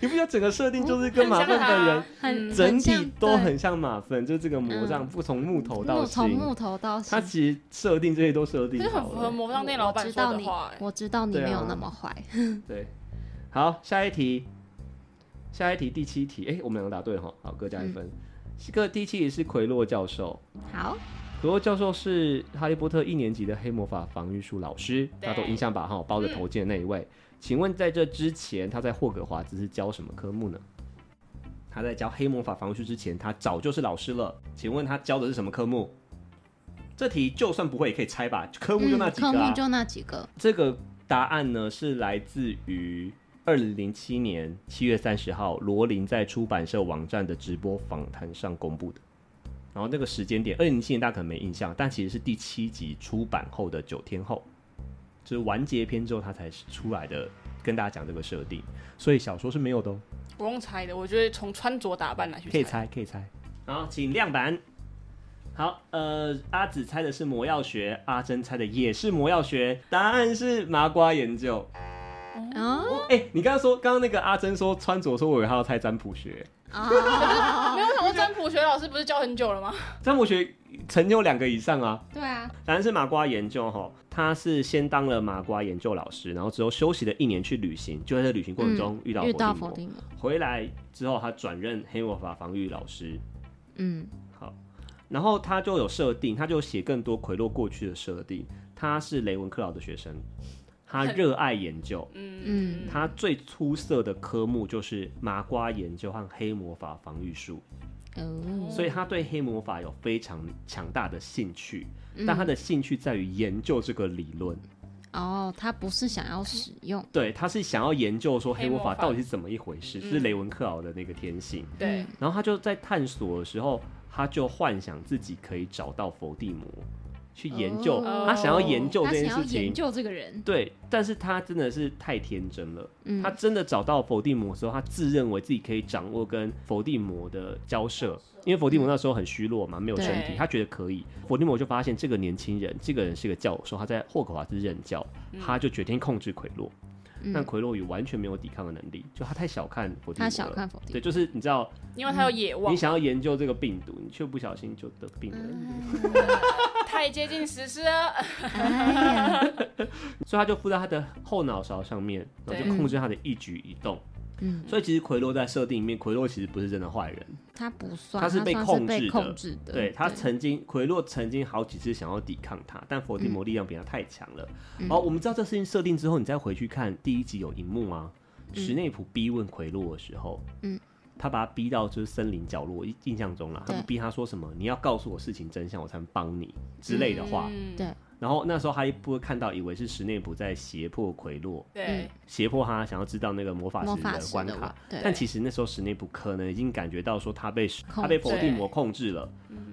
Speaker 1: 你不觉得整个设定就是
Speaker 2: 嗯
Speaker 1: 跟马粪本人
Speaker 3: 很嗯
Speaker 1: 整
Speaker 3: 很像
Speaker 1: 体都
Speaker 3: 对
Speaker 1: 很像马粪，就是这个魔杖不从木头到
Speaker 3: 嗯木从
Speaker 1: 心，
Speaker 3: 木头到
Speaker 1: 它
Speaker 3: 心。
Speaker 1: 其实设定这些都设定
Speaker 2: 这很
Speaker 1: 好
Speaker 2: 符合
Speaker 1: 了。
Speaker 2: 魔杖店
Speaker 3: 我
Speaker 2: 老板
Speaker 3: 知
Speaker 2: 说
Speaker 3: 道
Speaker 2: 的
Speaker 3: 你
Speaker 2: 话，欸
Speaker 3: 我知道你
Speaker 1: 对啊
Speaker 3: 没有那么坏，
Speaker 1: 对，好，下一题，下一题第七题，哎、我们两个答对了哈，好，各加一分。
Speaker 3: 嗯
Speaker 1: 各第七题是奎洛教授，
Speaker 3: 好，
Speaker 1: 格洛教授是《哈利波特》一年级的黑魔法防御术老师，大
Speaker 2: 对
Speaker 1: 家都有印象吧？哈，包着头巾的那一位。请问在这之前，他在霍格华兹是教什么科目呢？他在教黑魔法防御术之前，他早就是老师了。请问他教的是什么科目？这题就算不会也可以猜吧，科目就那
Speaker 3: 嗯，
Speaker 1: 几个、
Speaker 3: 科
Speaker 1: 啊
Speaker 3: 目就那几个，
Speaker 1: 这个答案呢是来自于二零零七年七月三十号罗琳在出版社网站的直播访谈上公布的。然后那个时间点，二零零七年大家可能没印象，但其实是第七集出版后的九天后，就是完结篇之后它才出来的，跟大家讲这个设定。所以小说是没有的哦，
Speaker 2: 不用猜的，我觉得从穿着打扮来去
Speaker 1: 可以猜，可以猜。好，请亮板。好，呃，阿紫猜的是魔药学，阿珍猜的也是魔药学，答案是麻瓜研究。
Speaker 3: 哦
Speaker 1: 哎、你刚刚说，刚刚那个阿珍说穿着，说我以为她要猜占卜学，
Speaker 2: <laughs>
Speaker 3: 嗯 <laughs> 哦，
Speaker 2: 没有想过占卜学老师不是教很久了吗？
Speaker 1: 占卜学曾有两个以上啊。
Speaker 3: 对啊，
Speaker 1: 答案是麻瓜研究哈，他是先当了麻瓜研究老师，然后之后休息了一年去旅行，就在这旅行过程中遇到
Speaker 3: 遇到
Speaker 1: 佛
Speaker 3: 否
Speaker 1: 地魔，
Speaker 3: 定了，
Speaker 1: 回来之后他转任黑魔法防御老师，
Speaker 3: 嗯，
Speaker 1: 然后他就有设定，他就写更多奎洛过去的设定，他是雷文克劳的学生，他热爱研 <laughs> 究，
Speaker 2: 嗯
Speaker 1: 他最出色的科目就是麻瓜研究和黑魔法防御术。
Speaker 3: 哦，
Speaker 1: 所以他对黑魔法有非常强大的兴趣，
Speaker 3: 嗯
Speaker 1: 但他的兴趣在于研究这个理论。
Speaker 3: 哦，他不是想要使用，
Speaker 1: 对，他是想要研究说黑魔法
Speaker 2: 黑魔法
Speaker 1: 到底是怎么一回事，
Speaker 2: 嗯
Speaker 1: 是雷文克劳的那个天性。
Speaker 3: 嗯
Speaker 2: 对，
Speaker 1: 然后他就在探索的时候，他就幻想自己可以找到伏地魔，去研究。
Speaker 3: 哦
Speaker 1: 他想要研究
Speaker 3: 他
Speaker 1: 这
Speaker 3: 想
Speaker 1: 件
Speaker 3: 要
Speaker 1: 事
Speaker 3: 研
Speaker 1: 情。
Speaker 3: 究这个人，
Speaker 1: 对，但是他真的是太天真了。
Speaker 3: 嗯
Speaker 1: 他真的找到伏地魔的时候，他自认为自己可以掌握跟伏地魔的交涉，因为伏地魔那时候很虚弱嘛，没有身体
Speaker 2: 对，
Speaker 1: 他觉得可以。伏地魔就发现这个年轻人，这个人是个教授，他在霍格华兹任教，他就决定控制奎洛，但
Speaker 3: 嗯，
Speaker 1: 奎洛也完全没有抵抗的能力，就他太小看伏地魔
Speaker 3: 他
Speaker 1: 了。
Speaker 3: 小看否定，
Speaker 1: 对，就是你知道，
Speaker 2: 因为他有野望
Speaker 1: 你，想要研究这个病毒，你却不小心就得病
Speaker 3: 嗯
Speaker 1: 了，
Speaker 2: 太接近实施了，
Speaker 3: 哎呀，
Speaker 1: 所以他就附在他的后脑勺上面，然后
Speaker 2: 对
Speaker 1: 就控制他的一举一动。
Speaker 3: 嗯，
Speaker 1: 所以其实奎洛在设定里面，奎洛其实不是真的坏人，
Speaker 3: 他不算，
Speaker 1: 他
Speaker 3: 他
Speaker 1: 是被
Speaker 3: 算
Speaker 1: 控
Speaker 3: 被
Speaker 1: 制的
Speaker 3: 控制的，
Speaker 1: 对他曾经奎洛曾经好几次想要抵抗他，但伏地魔力量比他太强了。
Speaker 3: 嗯
Speaker 1: 好，我们知道这事情设定之后，你再回去看第一集有一幕啊，史内普逼问奎洛的时候，
Speaker 3: 嗯
Speaker 1: 他把他逼到就是森林角落，印印象中啦，他们
Speaker 3: 对
Speaker 1: 逼他说什么，你要告诉我事情真相，我才能帮你之类的话。
Speaker 2: 嗯
Speaker 3: 对
Speaker 1: 然后那时候哈利波特看到，以为是史内普在胁迫奎洛，
Speaker 2: 对，
Speaker 1: 胁迫他想要知道那个魔法
Speaker 3: 嗯魔
Speaker 1: 石
Speaker 3: 法
Speaker 1: 的
Speaker 3: 石
Speaker 1: 关
Speaker 3: 的
Speaker 1: 卡
Speaker 3: 我。对
Speaker 1: 但其实那时候史内普可能已经感觉到说他被
Speaker 3: 控嗯
Speaker 1: 他被伏地魔
Speaker 2: 制
Speaker 1: 控制了，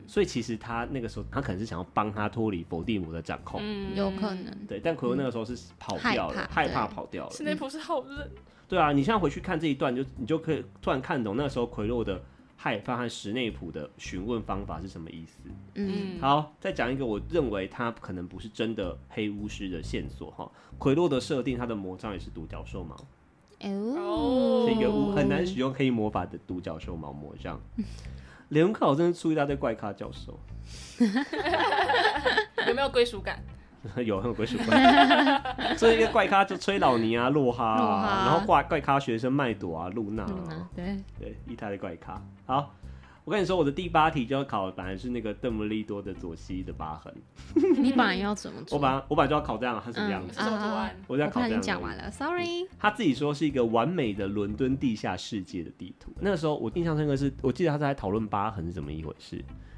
Speaker 1: 所以其实他那个时候他可能是想要帮他脱离伏地魔的掌控。
Speaker 2: 嗯
Speaker 3: 有可。能，
Speaker 1: 对，但奎欧那个时候是跑掉了，害
Speaker 3: 害怕
Speaker 1: 怕
Speaker 3: 对
Speaker 1: 跑掉了。
Speaker 2: 斯内普是好人，
Speaker 1: 对啊，你现在回去看这一段，就你就可以突然看懂那时候奎洛的害怕和史内普的询问方法是什么意思。
Speaker 3: 嗯
Speaker 1: 好，再讲一个我认为他可能不是真的黑巫师的线索哈。奎洛的设定，他的魔杖也是独角兽毛，
Speaker 3: 哦，
Speaker 1: 是一个巫很难使用黑魔法的独角兽毛魔杖。联考真的出一大堆怪咖教授， <laughs>
Speaker 2: 有没有归属感？
Speaker 1: 有很有归属感。
Speaker 3: <laughs>
Speaker 1: 这一个怪咖就崔老尼啊、洛哈啊，
Speaker 3: 洛哈
Speaker 1: 然后怪怪咖学生麦朵啊、露娜、
Speaker 3: 露娜
Speaker 1: 啊，
Speaker 3: 对，
Speaker 1: 对，意大利怪咖。好，我跟你说，我的第八题就要考，本来是那个邓布利多的左膝的疤痕，
Speaker 3: 你本来要怎么
Speaker 1: 我
Speaker 3: 做？
Speaker 1: 本来我本来就要考这样，他什么样
Speaker 3: 嗯
Speaker 1: 子？
Speaker 2: 是什么图案？
Speaker 1: 我在
Speaker 3: 我
Speaker 1: 考这样
Speaker 3: 看你
Speaker 1: 而
Speaker 3: 讲
Speaker 1: 已
Speaker 3: 完了，sorry。
Speaker 1: 他自己说是一个完美的伦敦地下世界的地图。那时候我印象深刻是，我记得他在讨论疤痕是怎么一回事，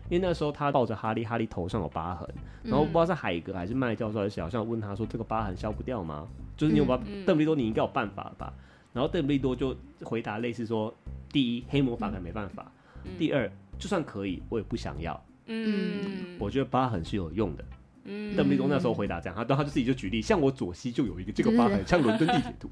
Speaker 1: 因为那时候他抱着哈利，哈利头上有疤痕，
Speaker 2: 嗯
Speaker 1: 然后不知道是海格还是麦教授还是小象问他说：“这个疤痕消不掉吗？”就是你有把
Speaker 2: 嗯嗯
Speaker 1: 邓布利多，你应该有办法吧？然后邓布利多就回答类似说：第一，黑魔法可能没办法；
Speaker 2: 嗯
Speaker 1: 第二，就算可以，我也不想要。
Speaker 3: 嗯
Speaker 1: 我觉得疤痕是有用的。
Speaker 2: 嗯
Speaker 1: 邓布利多那时候回答这样，他他就自己就举例，像我左膝就有一个这个疤痕，像伦敦地铁图。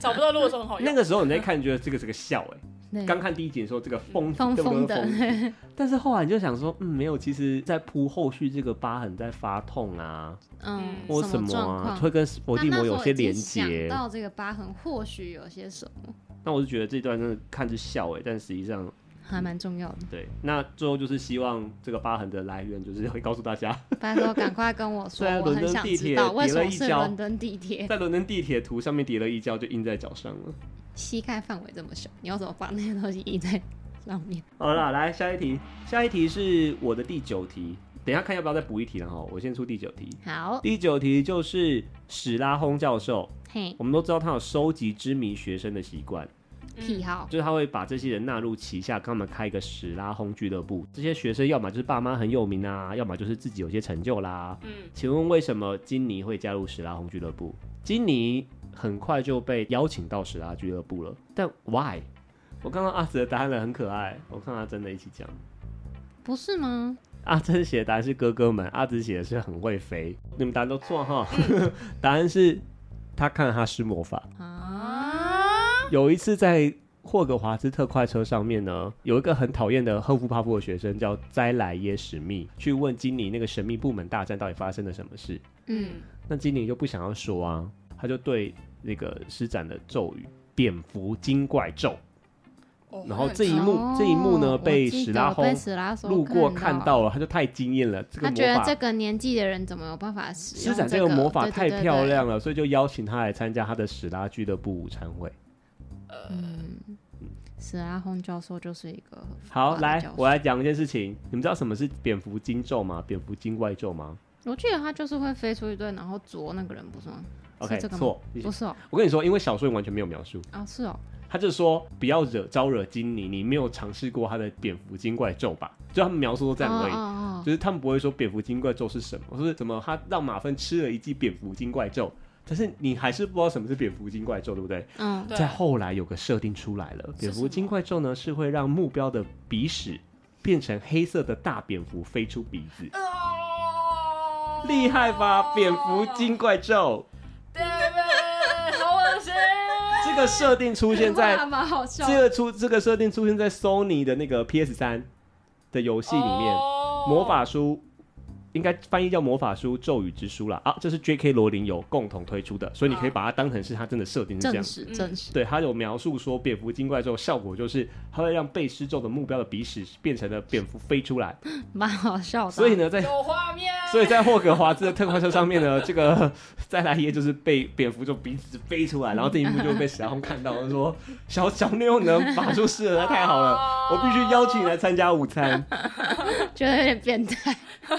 Speaker 2: 找不到路的时候很好用。
Speaker 1: 那个时候你在看，觉得这个是个笑哎、
Speaker 3: 对
Speaker 1: 刚看第一集的时候，这个疯
Speaker 3: 嗯疯
Speaker 1: 这么多
Speaker 3: 疯的
Speaker 1: 疯
Speaker 3: <laughs>
Speaker 1: 子，但是后来你就想说，嗯，没有，其实在铺后续这个疤痕在发痛啊，
Speaker 3: 嗯，
Speaker 1: 或
Speaker 3: 什
Speaker 1: 么
Speaker 3: 状
Speaker 1: 啊，
Speaker 3: 况？
Speaker 1: 会跟伏地魔有些连
Speaker 3: 他那时候已经
Speaker 1: 接
Speaker 3: 想。到这个疤痕或许有些什么，
Speaker 1: 那我就觉得这段真的看着笑哎、但实际上
Speaker 3: 还蛮重要的。
Speaker 1: 对。那最后就是希望这个疤痕的来源，就是会告诉大
Speaker 3: <laughs>
Speaker 1: 家，
Speaker 3: 拜托，赶快跟我
Speaker 1: <laughs>
Speaker 3: 说
Speaker 1: 虽然，
Speaker 3: 我
Speaker 1: 伦
Speaker 3: 很
Speaker 1: 敦
Speaker 3: 想
Speaker 1: 地铁
Speaker 3: 知道为
Speaker 1: 叠
Speaker 3: 什
Speaker 1: 了
Speaker 3: 么
Speaker 1: 一
Speaker 3: 是
Speaker 1: 跤
Speaker 3: 伦敦地铁
Speaker 1: 在伦敦地铁图上面跌了一跤，就印在脚上了。
Speaker 3: 膝盖范围这么小，你要怎么把那些东西印在上面？
Speaker 1: 好啦，来下一题，下一题是我的第九题，等一下看要不要再补一题了哈。我先出第九题。<laughs>
Speaker 3: 好，
Speaker 1: 第九题就是史拉轰教授，
Speaker 3: 嘿，
Speaker 1: 我们都知道他有收集知名学生的习惯，
Speaker 2: 嗯
Speaker 3: 癖好，
Speaker 1: 就是他会把这些人纳入旗下，跟他们开一个史拉轰俱乐部。这些学生要么就是爸妈很有名啊，要么就是自己有些成就啦。
Speaker 2: 嗯
Speaker 1: 请问为什么金妮会加入史拉轰俱乐部？金妮很快就被邀请到史拉俱乐部了，但 why？我刚刚阿紫的答案了，很可爱，我看阿珍的一起讲。
Speaker 3: 不是吗？
Speaker 1: <laughs> 阿珍写的答案是哥哥们，阿紫写的是很会飞，你们答案都错哈。
Speaker 3: 嗯
Speaker 1: <laughs> 答案是他看他施魔法。
Speaker 3: 啊，
Speaker 2: 啊，
Speaker 1: 有一次在霍格华兹特快车上面呢，有一个很讨厌的赫夫帕夫的学生叫斋莱耶史密，去问经理那个神秘部门大战到底发生了什么事。
Speaker 3: 嗯，
Speaker 1: 那经理就不想要说啊，他就对那个施展的咒语蝙蝠精怪咒，
Speaker 2: 哦
Speaker 1: 然后这一幕、
Speaker 3: 哦
Speaker 1: 这一幕呢被
Speaker 3: 我记得
Speaker 1: 史拉
Speaker 3: 被
Speaker 1: 轰
Speaker 3: 史拉索
Speaker 1: 路过看
Speaker 3: 看，
Speaker 1: 到了，他就太惊艳了，这个
Speaker 3: 啊他
Speaker 1: 魔
Speaker 3: 觉得
Speaker 1: 法
Speaker 3: 这个年纪的人怎么有办法使
Speaker 1: 施
Speaker 3: 用
Speaker 1: 展
Speaker 3: 这
Speaker 1: 这个魔法
Speaker 3: 对
Speaker 1: 太
Speaker 3: 对对
Speaker 1: 漂
Speaker 3: 对
Speaker 1: 亮了，所以就邀请他来参加他的史拉俱乐部午餐会。
Speaker 3: 嗯，史拉轰教授就是一个
Speaker 1: 好，
Speaker 3: 很
Speaker 1: 来
Speaker 3: 棒的教，授
Speaker 1: 我来讲一件事情。你们知道什么是蝙蝠精咒吗？蝙蝠精怪咒吗
Speaker 3: 我记得他就是会飞出一顿，然后啄那个人，不是吗？
Speaker 1: ？OK，
Speaker 3: 是这个吗
Speaker 1: 错。
Speaker 3: 不是哦，
Speaker 1: 我跟你说，因为小说里完全没有描述，
Speaker 3: 啊是哦，
Speaker 1: 他就说不要惹招惹精灵，你没有尝试过他的蝙蝠精怪咒吧？就他们描述都这样而已。
Speaker 3: 哦哦
Speaker 1: 就是他们不会说蝙蝠精怪咒是什么，是怎么他让马芬吃了一剂蝙蝠精怪咒，但是你还是不知道什么是蝙蝠精怪咒，对不对？
Speaker 3: 哦嗯，
Speaker 2: 对
Speaker 1: 在后来有个设定出来了，蝙蝠精怪咒呢是会让目标的鼻屎变成黑色的大蝙蝠飞出鼻子，
Speaker 2: 哦
Speaker 1: 厉害吧？蝙蝠精，怪咒
Speaker 2: 对好恶心。
Speaker 1: 这个设定出现在
Speaker 3: 还蛮好笑
Speaker 1: 这个出这个设定出现在 Sony 的那个 PS 三的游戏里面，
Speaker 2: 哦
Speaker 1: 魔法书应该翻译叫魔法书、咒语之书啦。啊，这是 J.K. 罗琳有共同推出的，所以你可以把它当成是它真的设定是这
Speaker 3: 证
Speaker 1: 样。
Speaker 3: 实
Speaker 2: 嗯
Speaker 3: 证实，
Speaker 1: 对，它有描述说蝙蝠精过来之后，效果就是它会让被施咒的目标的鼻屎变成了蝙蝠飞出来。
Speaker 3: 蛮好笑的。啊
Speaker 1: 所以，呢，
Speaker 2: <laughs>
Speaker 1: 在
Speaker 2: 有画面，
Speaker 1: 哎
Speaker 2: 啊
Speaker 1: 所以在霍格华兹的特快车上面呢，这个再来耶就是被蝙蝠就鼻子飞出来，然后这一幕就被史达轰看到，就说小小妞你的法术实在太好
Speaker 2: <laughs>
Speaker 1: 了，我必须邀请你来参加午餐。
Speaker 3: 觉得有点变态， <laughs>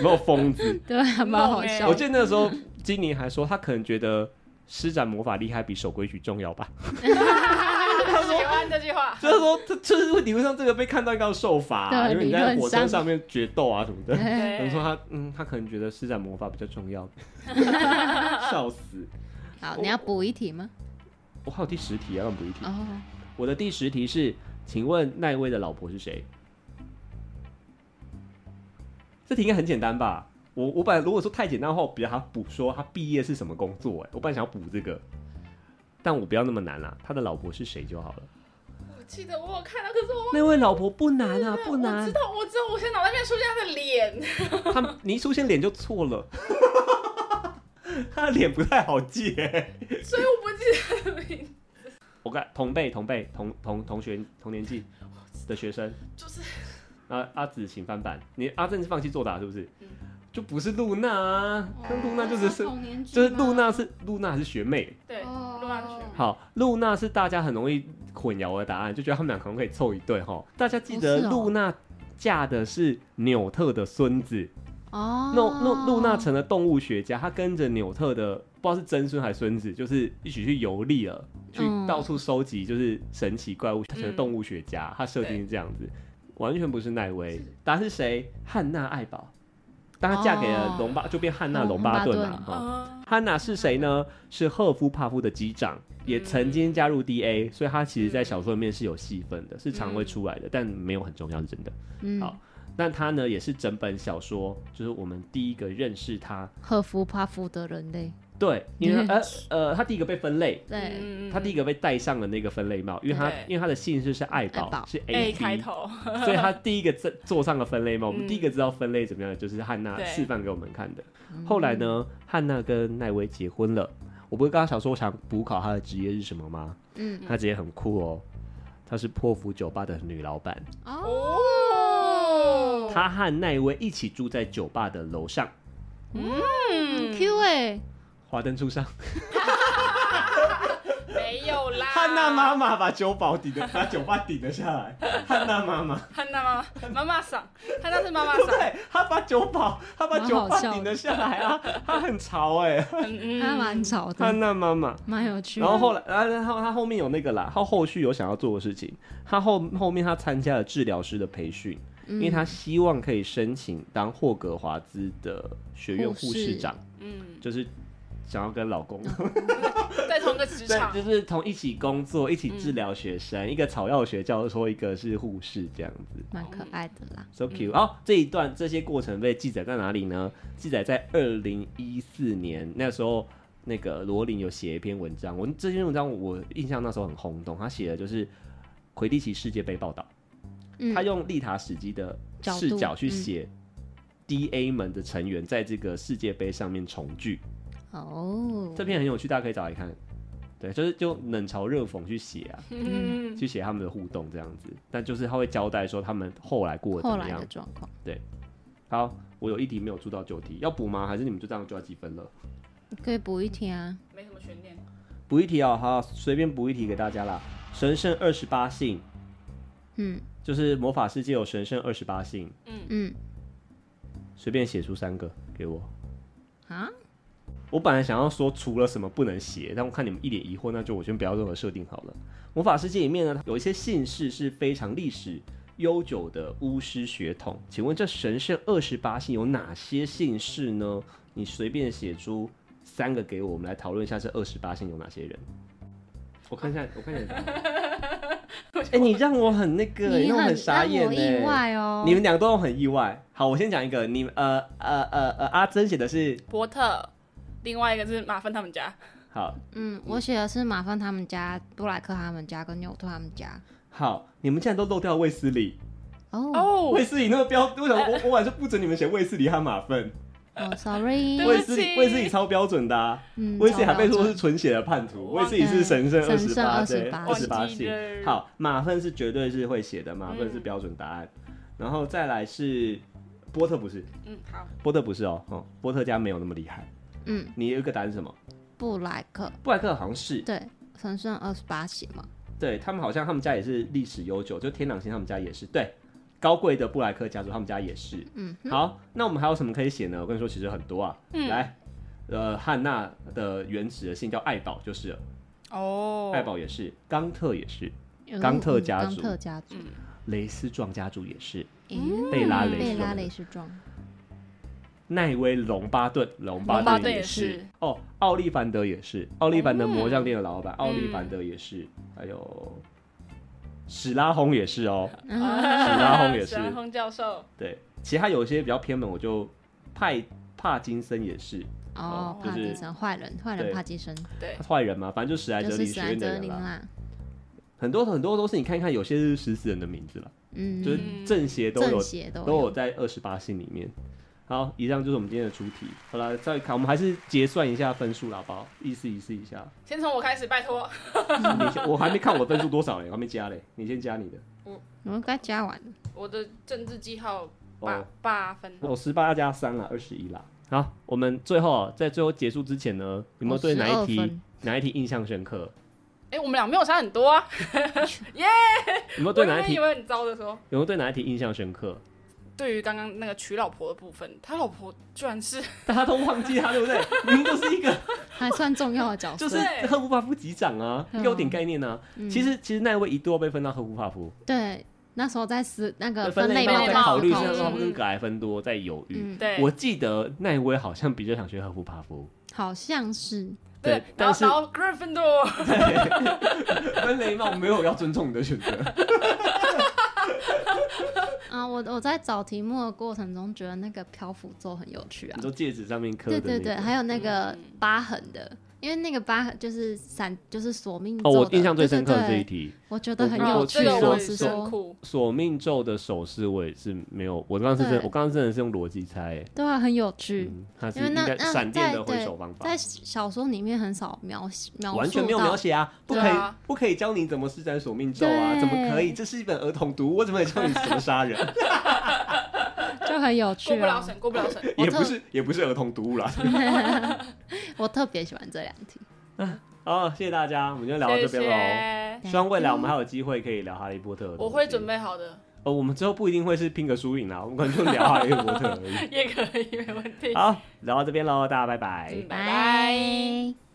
Speaker 1: 有没有疯子？
Speaker 3: 对，还蛮好笑
Speaker 1: 我
Speaker 3: 的。
Speaker 1: 记得那时候金妮还说，她可能觉得施展魔法厉害比守规矩重要吧。
Speaker 2: 他 <laughs> 喜欢这
Speaker 1: <laughs>
Speaker 2: 句话，
Speaker 1: 就是说，这就是理论上这个被看到应该要受罚、啊，
Speaker 3: 对
Speaker 1: 因为你
Speaker 3: 理
Speaker 1: 在
Speaker 3: 论
Speaker 1: 火车
Speaker 3: 上
Speaker 1: 上面决斗啊什么的。
Speaker 3: 对
Speaker 1: 有人
Speaker 2: 对
Speaker 1: 说他，嗯，他可能觉得施展魔法比较重 <laughs> 要，,笑死！
Speaker 3: 好，你要补一题吗？
Speaker 1: 我还有第十题要让补一题。
Speaker 3: 哦，
Speaker 1: 我的第十题是，请问奈威的老婆是谁？这题应该很简单吧？我我本来如果说太简单的话，我比较他补说他毕业是什么工作、哎，我本来想要补这个，但我不要那么难啦、他的老婆是谁就好了。
Speaker 2: 我记得我有看到，可是我忘
Speaker 1: 那位老婆不难啊，不
Speaker 2: 我
Speaker 1: 难
Speaker 2: 知。道，我知道，我现在脑袋里面出现他
Speaker 1: <laughs>
Speaker 2: 的脸，
Speaker 1: 他你一出现脸就错了，他的脸不太好记、哎
Speaker 2: 所以我不记得他的名字，
Speaker 1: 我看同辈同辈同同同学同年纪的学生，
Speaker 2: 就是
Speaker 1: 啊，阿紫请翻版，你阿正是放弃作答是不是？
Speaker 2: 嗯
Speaker 1: 就不是露娜啊，
Speaker 3: 哦
Speaker 1: 跟露娜就只是
Speaker 3: 同年纪
Speaker 1: 就是
Speaker 3: 吗
Speaker 1: 露娜是露娜还是学妹？
Speaker 2: 对，
Speaker 3: 哦
Speaker 2: 露娜的学妹，
Speaker 1: 好，露娜是大家很容易混淆的答案，就觉得他们俩可能可以凑一对哈。大家记
Speaker 3: 哦是
Speaker 1: 得
Speaker 3: 哦
Speaker 1: 露娜嫁的是纽特的孙子，
Speaker 3: 哦，
Speaker 1: 那那露娜成了动物学家，她跟着纽特的不知道是曾孙还是孙子，就是一起去游历了，去
Speaker 3: 嗯
Speaker 1: 到处收集就是神奇怪物，她成了
Speaker 2: 嗯
Speaker 1: 动物学家，她设
Speaker 3: 嗯
Speaker 1: 定是这样子，完全不是奈威。答案是谁？汉娜爱宝。当她嫁给了隆巴，就变汉娜
Speaker 3: 哦
Speaker 1: 隆巴顿
Speaker 3: 隆巴
Speaker 1: 了。
Speaker 3: 顿
Speaker 1: 哈
Speaker 2: 啊，
Speaker 1: 汉娜是谁呢？是赫夫帕夫的机长，也曾经加入 DA，所以她其实
Speaker 3: 嗯
Speaker 1: 在小说里面是有戏份的，是常会出来的，但没有很重要，是真的。
Speaker 3: 嗯
Speaker 1: 好那他呢，也是整本小说，就是我们第一个认识他。
Speaker 3: 赫夫帕夫的人类，
Speaker 1: 对，因为他
Speaker 3: 嗯
Speaker 1: 呃呃，他第一个被分类，
Speaker 3: 对，
Speaker 2: 嗯
Speaker 1: 他第一个被戴上了那个分类帽，因为他
Speaker 2: 对
Speaker 1: 因为他的姓氏是爱
Speaker 3: 爱
Speaker 1: 宝
Speaker 3: 宝，
Speaker 1: 是
Speaker 2: A
Speaker 1: A
Speaker 2: 开
Speaker 1: B，
Speaker 2: 头，
Speaker 1: <laughs> 所以他第一个在坐上了分类帽。我们
Speaker 2: 嗯
Speaker 1: 第一个知道分类怎么样，就是汉娜
Speaker 2: 对嗯
Speaker 1: 示范给我们看的。
Speaker 3: 嗯
Speaker 1: 后来呢，汉娜跟奈威结婚了。我不是刚刚想说我想补考她的职业是什么吗？
Speaker 3: 嗯，
Speaker 1: 她职业很酷哦，她是破釜酒吧的女老板。
Speaker 3: 哦，
Speaker 2: 哦，
Speaker 1: 她和奈威一起住在酒吧的楼上。
Speaker 2: 嗯
Speaker 3: Q 哎，
Speaker 1: 华灯初上，
Speaker 2: 没有啦，
Speaker 1: 汉娜妈妈把酒保顶了，把酒吧顶了下来。汉娜妈妈，
Speaker 2: 汉娜妈妈，妈妈桑，汉娜是妈妈
Speaker 1: 对不
Speaker 2: 桑，
Speaker 1: <laughs> 对？她把酒保，她把酒
Speaker 3: 蛮好
Speaker 1: 吧
Speaker 3: 笑的
Speaker 1: 顶了下来啊！她很潮哎、
Speaker 2: 嗯
Speaker 3: 他蛮吵
Speaker 1: 汉
Speaker 3: 的，
Speaker 1: 娜妈妈。
Speaker 3: 蛮有趣的。
Speaker 1: 然后后来，然后她后面有那个啦，她后续有想要做的事情。她后后面她参加了治疗师的培训，
Speaker 3: 嗯
Speaker 1: 因为她希望可以申请当霍格华兹的学院
Speaker 3: 护
Speaker 1: 护
Speaker 3: 士
Speaker 1: 士长，
Speaker 2: 嗯，
Speaker 1: 就是想要跟老公。
Speaker 2: 在同一个
Speaker 1: <laughs>
Speaker 2: 职
Speaker 1: 对，
Speaker 2: 场，
Speaker 1: 就是同一起工作、一起治疗学生，一个草药学教授，一个是护士，这样子
Speaker 3: 蛮可爱的啦，
Speaker 1: ，so cute、哦，这一段这些过程被记载在哪里呢？记载在二零一四年那时候，那个罗琳有写一篇文章，我这篇文章我印象那时候很轰动，他写的就是魁地奇世界杯报道，
Speaker 3: 嗯
Speaker 1: 他用丽塔史基的
Speaker 3: 角度
Speaker 1: 视角去
Speaker 3: 嗯
Speaker 1: 写 DA 们的成员在这个世界杯上面重聚。
Speaker 3: 哦，
Speaker 1: 这篇很有趣，大家可以找来看。对，就是就冷嘲热讽去写
Speaker 3: <laughs>
Speaker 1: 啊，
Speaker 2: 嗯，
Speaker 1: 去写他们的互动这样子。但就是他会交代说他们后来过得
Speaker 3: 后
Speaker 1: 怎么
Speaker 3: 来
Speaker 1: 样
Speaker 3: 的。状况，
Speaker 1: 好，我有一题没有出到九题，要补吗？还是你们就这样就要积分了？
Speaker 3: 你可以补一题啊。
Speaker 2: 没什么悬念，
Speaker 1: 补一题啊、好，随便补一题给大家啦。神圣二十八姓
Speaker 3: 嗯
Speaker 1: 就是魔法世界有神圣二十八姓，
Speaker 3: 嗯
Speaker 1: 随便写出三个给我。
Speaker 3: 啊，
Speaker 1: 我本来想要说除了什么不能写，但我看你们一脸疑惑，那就我先不要任何设定好了。魔法世界里面呢，有一些姓氏是非常历史悠久的巫师血统。请问这神圣二十八姓有哪些姓氏呢？你随便写出三个给我，我们来讨论一下这二十八姓有哪些人。我看一下，我看
Speaker 3: <laughs>
Speaker 1: 一下答案。哎、你让我很那个，
Speaker 3: 你
Speaker 1: 让我
Speaker 3: 很
Speaker 1: 很傻眼
Speaker 3: 让我
Speaker 1: 呢、
Speaker 3: 意外哦。
Speaker 1: 你们俩都很意外。好，我先讲一个，你呃呃呃呃，阿珍写的是
Speaker 2: 伯特，另外一个是马芬他们家，
Speaker 1: 好，
Speaker 3: 嗯，我写的是马芬他们家、布莱克他们家跟纽特他们家。
Speaker 1: 好，你们竟然都漏掉卫斯理，
Speaker 3: 哦
Speaker 2: 哦哎
Speaker 1: 卫，斯理那个标，为什么我我晚上不准你们写卫斯理和马粪？
Speaker 3: 哦，sorry，
Speaker 2: 对
Speaker 1: 卫
Speaker 2: 不
Speaker 1: 斯理
Speaker 2: 起
Speaker 1: 卫斯理超标准的、啊，
Speaker 3: 嗯
Speaker 1: 卫斯理还被
Speaker 3: 超
Speaker 1: 说
Speaker 3: 标
Speaker 1: 是
Speaker 3: 准
Speaker 1: 纯血的叛徒，
Speaker 2: 哇
Speaker 1: 卫斯理是神圣
Speaker 3: 对
Speaker 1: 二十八，
Speaker 3: 神
Speaker 1: 对，
Speaker 3: 圣28
Speaker 1: 二十八
Speaker 2: 忘记
Speaker 1: 姓。
Speaker 2: 了
Speaker 1: 好，马粪是绝对是会写的，马粪是标准答案。然后再来是波特不是，
Speaker 2: 嗯，好，
Speaker 1: 波特不是哦，哦，波特家没有那么厉害。
Speaker 3: 嗯，
Speaker 1: 你有一个答案是什么？
Speaker 3: 布莱克，
Speaker 1: 布莱克好像是，
Speaker 3: 对，神圣二十八血嘛，
Speaker 1: 对他们好像他们家也是历史悠久，就天狼星他们家也是，对，高贵的布莱克家族他们家也是。
Speaker 3: 嗯哼，
Speaker 1: 好，那我们还有什么可以写呢？我跟你说，其实很多啊。
Speaker 2: 嗯
Speaker 1: 来，呃，汉娜的原始的姓叫爱宝，就是了
Speaker 2: 哦，
Speaker 1: 爱宝也是，冈特也是，
Speaker 3: 有
Speaker 1: 冈特
Speaker 3: 嗯
Speaker 1: 家
Speaker 3: 冈
Speaker 1: 族
Speaker 3: 特家族，
Speaker 2: 嗯，
Speaker 1: 雷斯壮家族也是，
Speaker 3: 诶
Speaker 1: 贝拉雷
Speaker 3: 贝
Speaker 1: 斯
Speaker 3: 拉
Speaker 1: 壮
Speaker 3: 雷
Speaker 1: 的，
Speaker 3: 是壮，
Speaker 1: 奈威隆巴顿，隆巴
Speaker 2: 隆巴
Speaker 1: 顿
Speaker 2: 顿
Speaker 1: 也
Speaker 2: 也
Speaker 1: 是
Speaker 2: 是，
Speaker 1: 哦，奥利凡德也是，奥利凡德
Speaker 2: 嗯
Speaker 1: 魔杖店的
Speaker 3: 哦
Speaker 1: 老板，奥利凡德也是，还有史拉轰也是哦，
Speaker 3: 嗯
Speaker 1: 史拉轰也
Speaker 2: 史啊拉
Speaker 1: 是
Speaker 2: 轰教授，
Speaker 1: 对，其他有一些比较偏门，我就派帕金森也是，
Speaker 3: 哦
Speaker 1: 哦，
Speaker 3: 帕
Speaker 1: 就是
Speaker 3: 金森坏人，坏人
Speaker 1: 对
Speaker 3: 帕金森
Speaker 2: 对
Speaker 1: 他，是坏人嘛，反正就史莱
Speaker 3: 就
Speaker 1: 哲
Speaker 3: 是
Speaker 1: 林
Speaker 3: 史
Speaker 1: 学
Speaker 3: 莱
Speaker 1: 院的
Speaker 3: 哲
Speaker 1: 人
Speaker 3: 林啊
Speaker 1: 啦。
Speaker 3: 啦，
Speaker 1: 很多很多都是你看一看，有些是食死人的名字了，
Speaker 3: 嗯，
Speaker 1: 就是正邪都有
Speaker 3: 正邪都
Speaker 1: 都有在二十八姓里面。好，以上就是我们今天的出题。好了，再看我们还是结算一下分数啦，好不好？意思意思一下。
Speaker 2: 先从我开始，拜托，
Speaker 1: 你先，我 <laughs> 还没看我的分数多少嘞，我还没加嘞，你先加你的。
Speaker 3: 我们该加完了，
Speaker 2: 我的政治记号八
Speaker 1: 哦，
Speaker 2: 八分，
Speaker 1: 我十八加三啦，二十一啦。好，我们最后啊在最后结束之前呢，有没有对哪一
Speaker 3: 52
Speaker 1: 题
Speaker 3: 哦分
Speaker 1: 哪一题印象深刻？
Speaker 2: 哎，我们俩没有差很多啊，
Speaker 1: 有没有
Speaker 2: 我
Speaker 1: 哦对
Speaker 2: 原
Speaker 1: 哪一
Speaker 2: 本
Speaker 1: 题
Speaker 2: 以为很糟的时候，
Speaker 1: 有没有对哪一题印象深刻？
Speaker 2: 对于刚刚那个娶老婆的部分，他老婆居
Speaker 1: <laughs>
Speaker 2: 然是
Speaker 1: 大家都忘记他，对不对？明明就是一个
Speaker 3: 还算重要的角
Speaker 1: 就
Speaker 3: 色，
Speaker 1: 是赫夫帕夫级长啊，
Speaker 3: 嗯
Speaker 1: 有点概念啊。
Speaker 3: 嗯
Speaker 1: 其实其实那一位一度要被分到赫夫帕夫，
Speaker 3: 对，那时候在思那个
Speaker 1: 分
Speaker 3: 类
Speaker 1: 类
Speaker 3: 报
Speaker 1: 在考虑是
Speaker 3: 告
Speaker 1: 赫夫帕夫
Speaker 2: 嗯
Speaker 1: 跟格莱芬多在犹豫。
Speaker 3: 嗯，
Speaker 2: 对，
Speaker 1: 我记得那一位好像比较想学赫夫帕夫，
Speaker 3: 好像是
Speaker 2: 对，然
Speaker 1: 但
Speaker 2: 后
Speaker 1: 是
Speaker 2: 然后 Gryffindor，
Speaker 1: 分雷帽没有要尊重你的选择。
Speaker 3: 啊，我我在找题目的过程中觉得那个漂浮咒很有趣啊
Speaker 1: <laughs> 你，说戒指上面刻的
Speaker 3: 对
Speaker 1: 那个
Speaker 3: 对对，还有那个
Speaker 2: 嗯
Speaker 3: 疤痕的。因为那个疤痕就是闪，就是索命咒
Speaker 1: 哦，我
Speaker 3: 的
Speaker 1: 印象最深刻的
Speaker 3: 对
Speaker 1: 这
Speaker 3: 对
Speaker 1: 一
Speaker 3: 对
Speaker 1: 题，
Speaker 3: 我觉得很
Speaker 1: 我
Speaker 3: 有
Speaker 2: 哦
Speaker 3: 趣。
Speaker 2: 这
Speaker 1: 去
Speaker 2: 个
Speaker 1: 过
Speaker 3: 老
Speaker 2: 我
Speaker 3: 实
Speaker 1: 说
Speaker 2: 也真
Speaker 3: 说，
Speaker 2: 酷，
Speaker 1: 索命咒的手势我也是没有，我刚刚是真，
Speaker 3: 对
Speaker 1: 我刚刚真的是用逻辑猜，
Speaker 3: 对啊，很有趣。
Speaker 1: 嗯，它是
Speaker 3: 因为
Speaker 1: 应
Speaker 3: 那
Speaker 1: 该
Speaker 3: 那
Speaker 1: 闪电的
Speaker 3: 在
Speaker 1: 挥
Speaker 3: 对
Speaker 1: 手方法
Speaker 3: 在。小说里面很少描描述
Speaker 1: 完全没有描
Speaker 3: 到，
Speaker 1: 写啊，不
Speaker 2: 对
Speaker 1: 可以
Speaker 2: 啊，
Speaker 1: 不可以教你怎么施展索命咒啊，
Speaker 3: 对
Speaker 1: 怎么可以？这是一本儿童读物，我怎么可以教你怎么
Speaker 3: <laughs>
Speaker 1: 杀人？
Speaker 3: 就很有
Speaker 2: 过
Speaker 3: 趣
Speaker 2: 不了
Speaker 3: 啊。
Speaker 2: 审，过不
Speaker 1: <laughs>
Speaker 2: 了审，
Speaker 3: 我
Speaker 1: 也
Speaker 3: 特
Speaker 1: 不是，也不是儿童读物
Speaker 3: <laughs>
Speaker 1: 啦。
Speaker 3: 我特别喜欢这两题。
Speaker 1: 好，谢谢大家，我们就聊到
Speaker 2: 谢
Speaker 1: 这边喽。
Speaker 2: 谢，
Speaker 1: 希望未来我们还有机会可以聊哈利波特。
Speaker 2: 我会准。备好的， <laughs>
Speaker 1: 呃，我们之后不一定会是拼个输赢啊啦，我们可能就聊哈利波
Speaker 2: <laughs>
Speaker 1: 特而已。
Speaker 2: 也可以，没问题，
Speaker 1: 好，聊到这边喽，大家拜拜。
Speaker 2: 嗯，拜
Speaker 3: 拜
Speaker 2: 拜。
Speaker 3: 拜。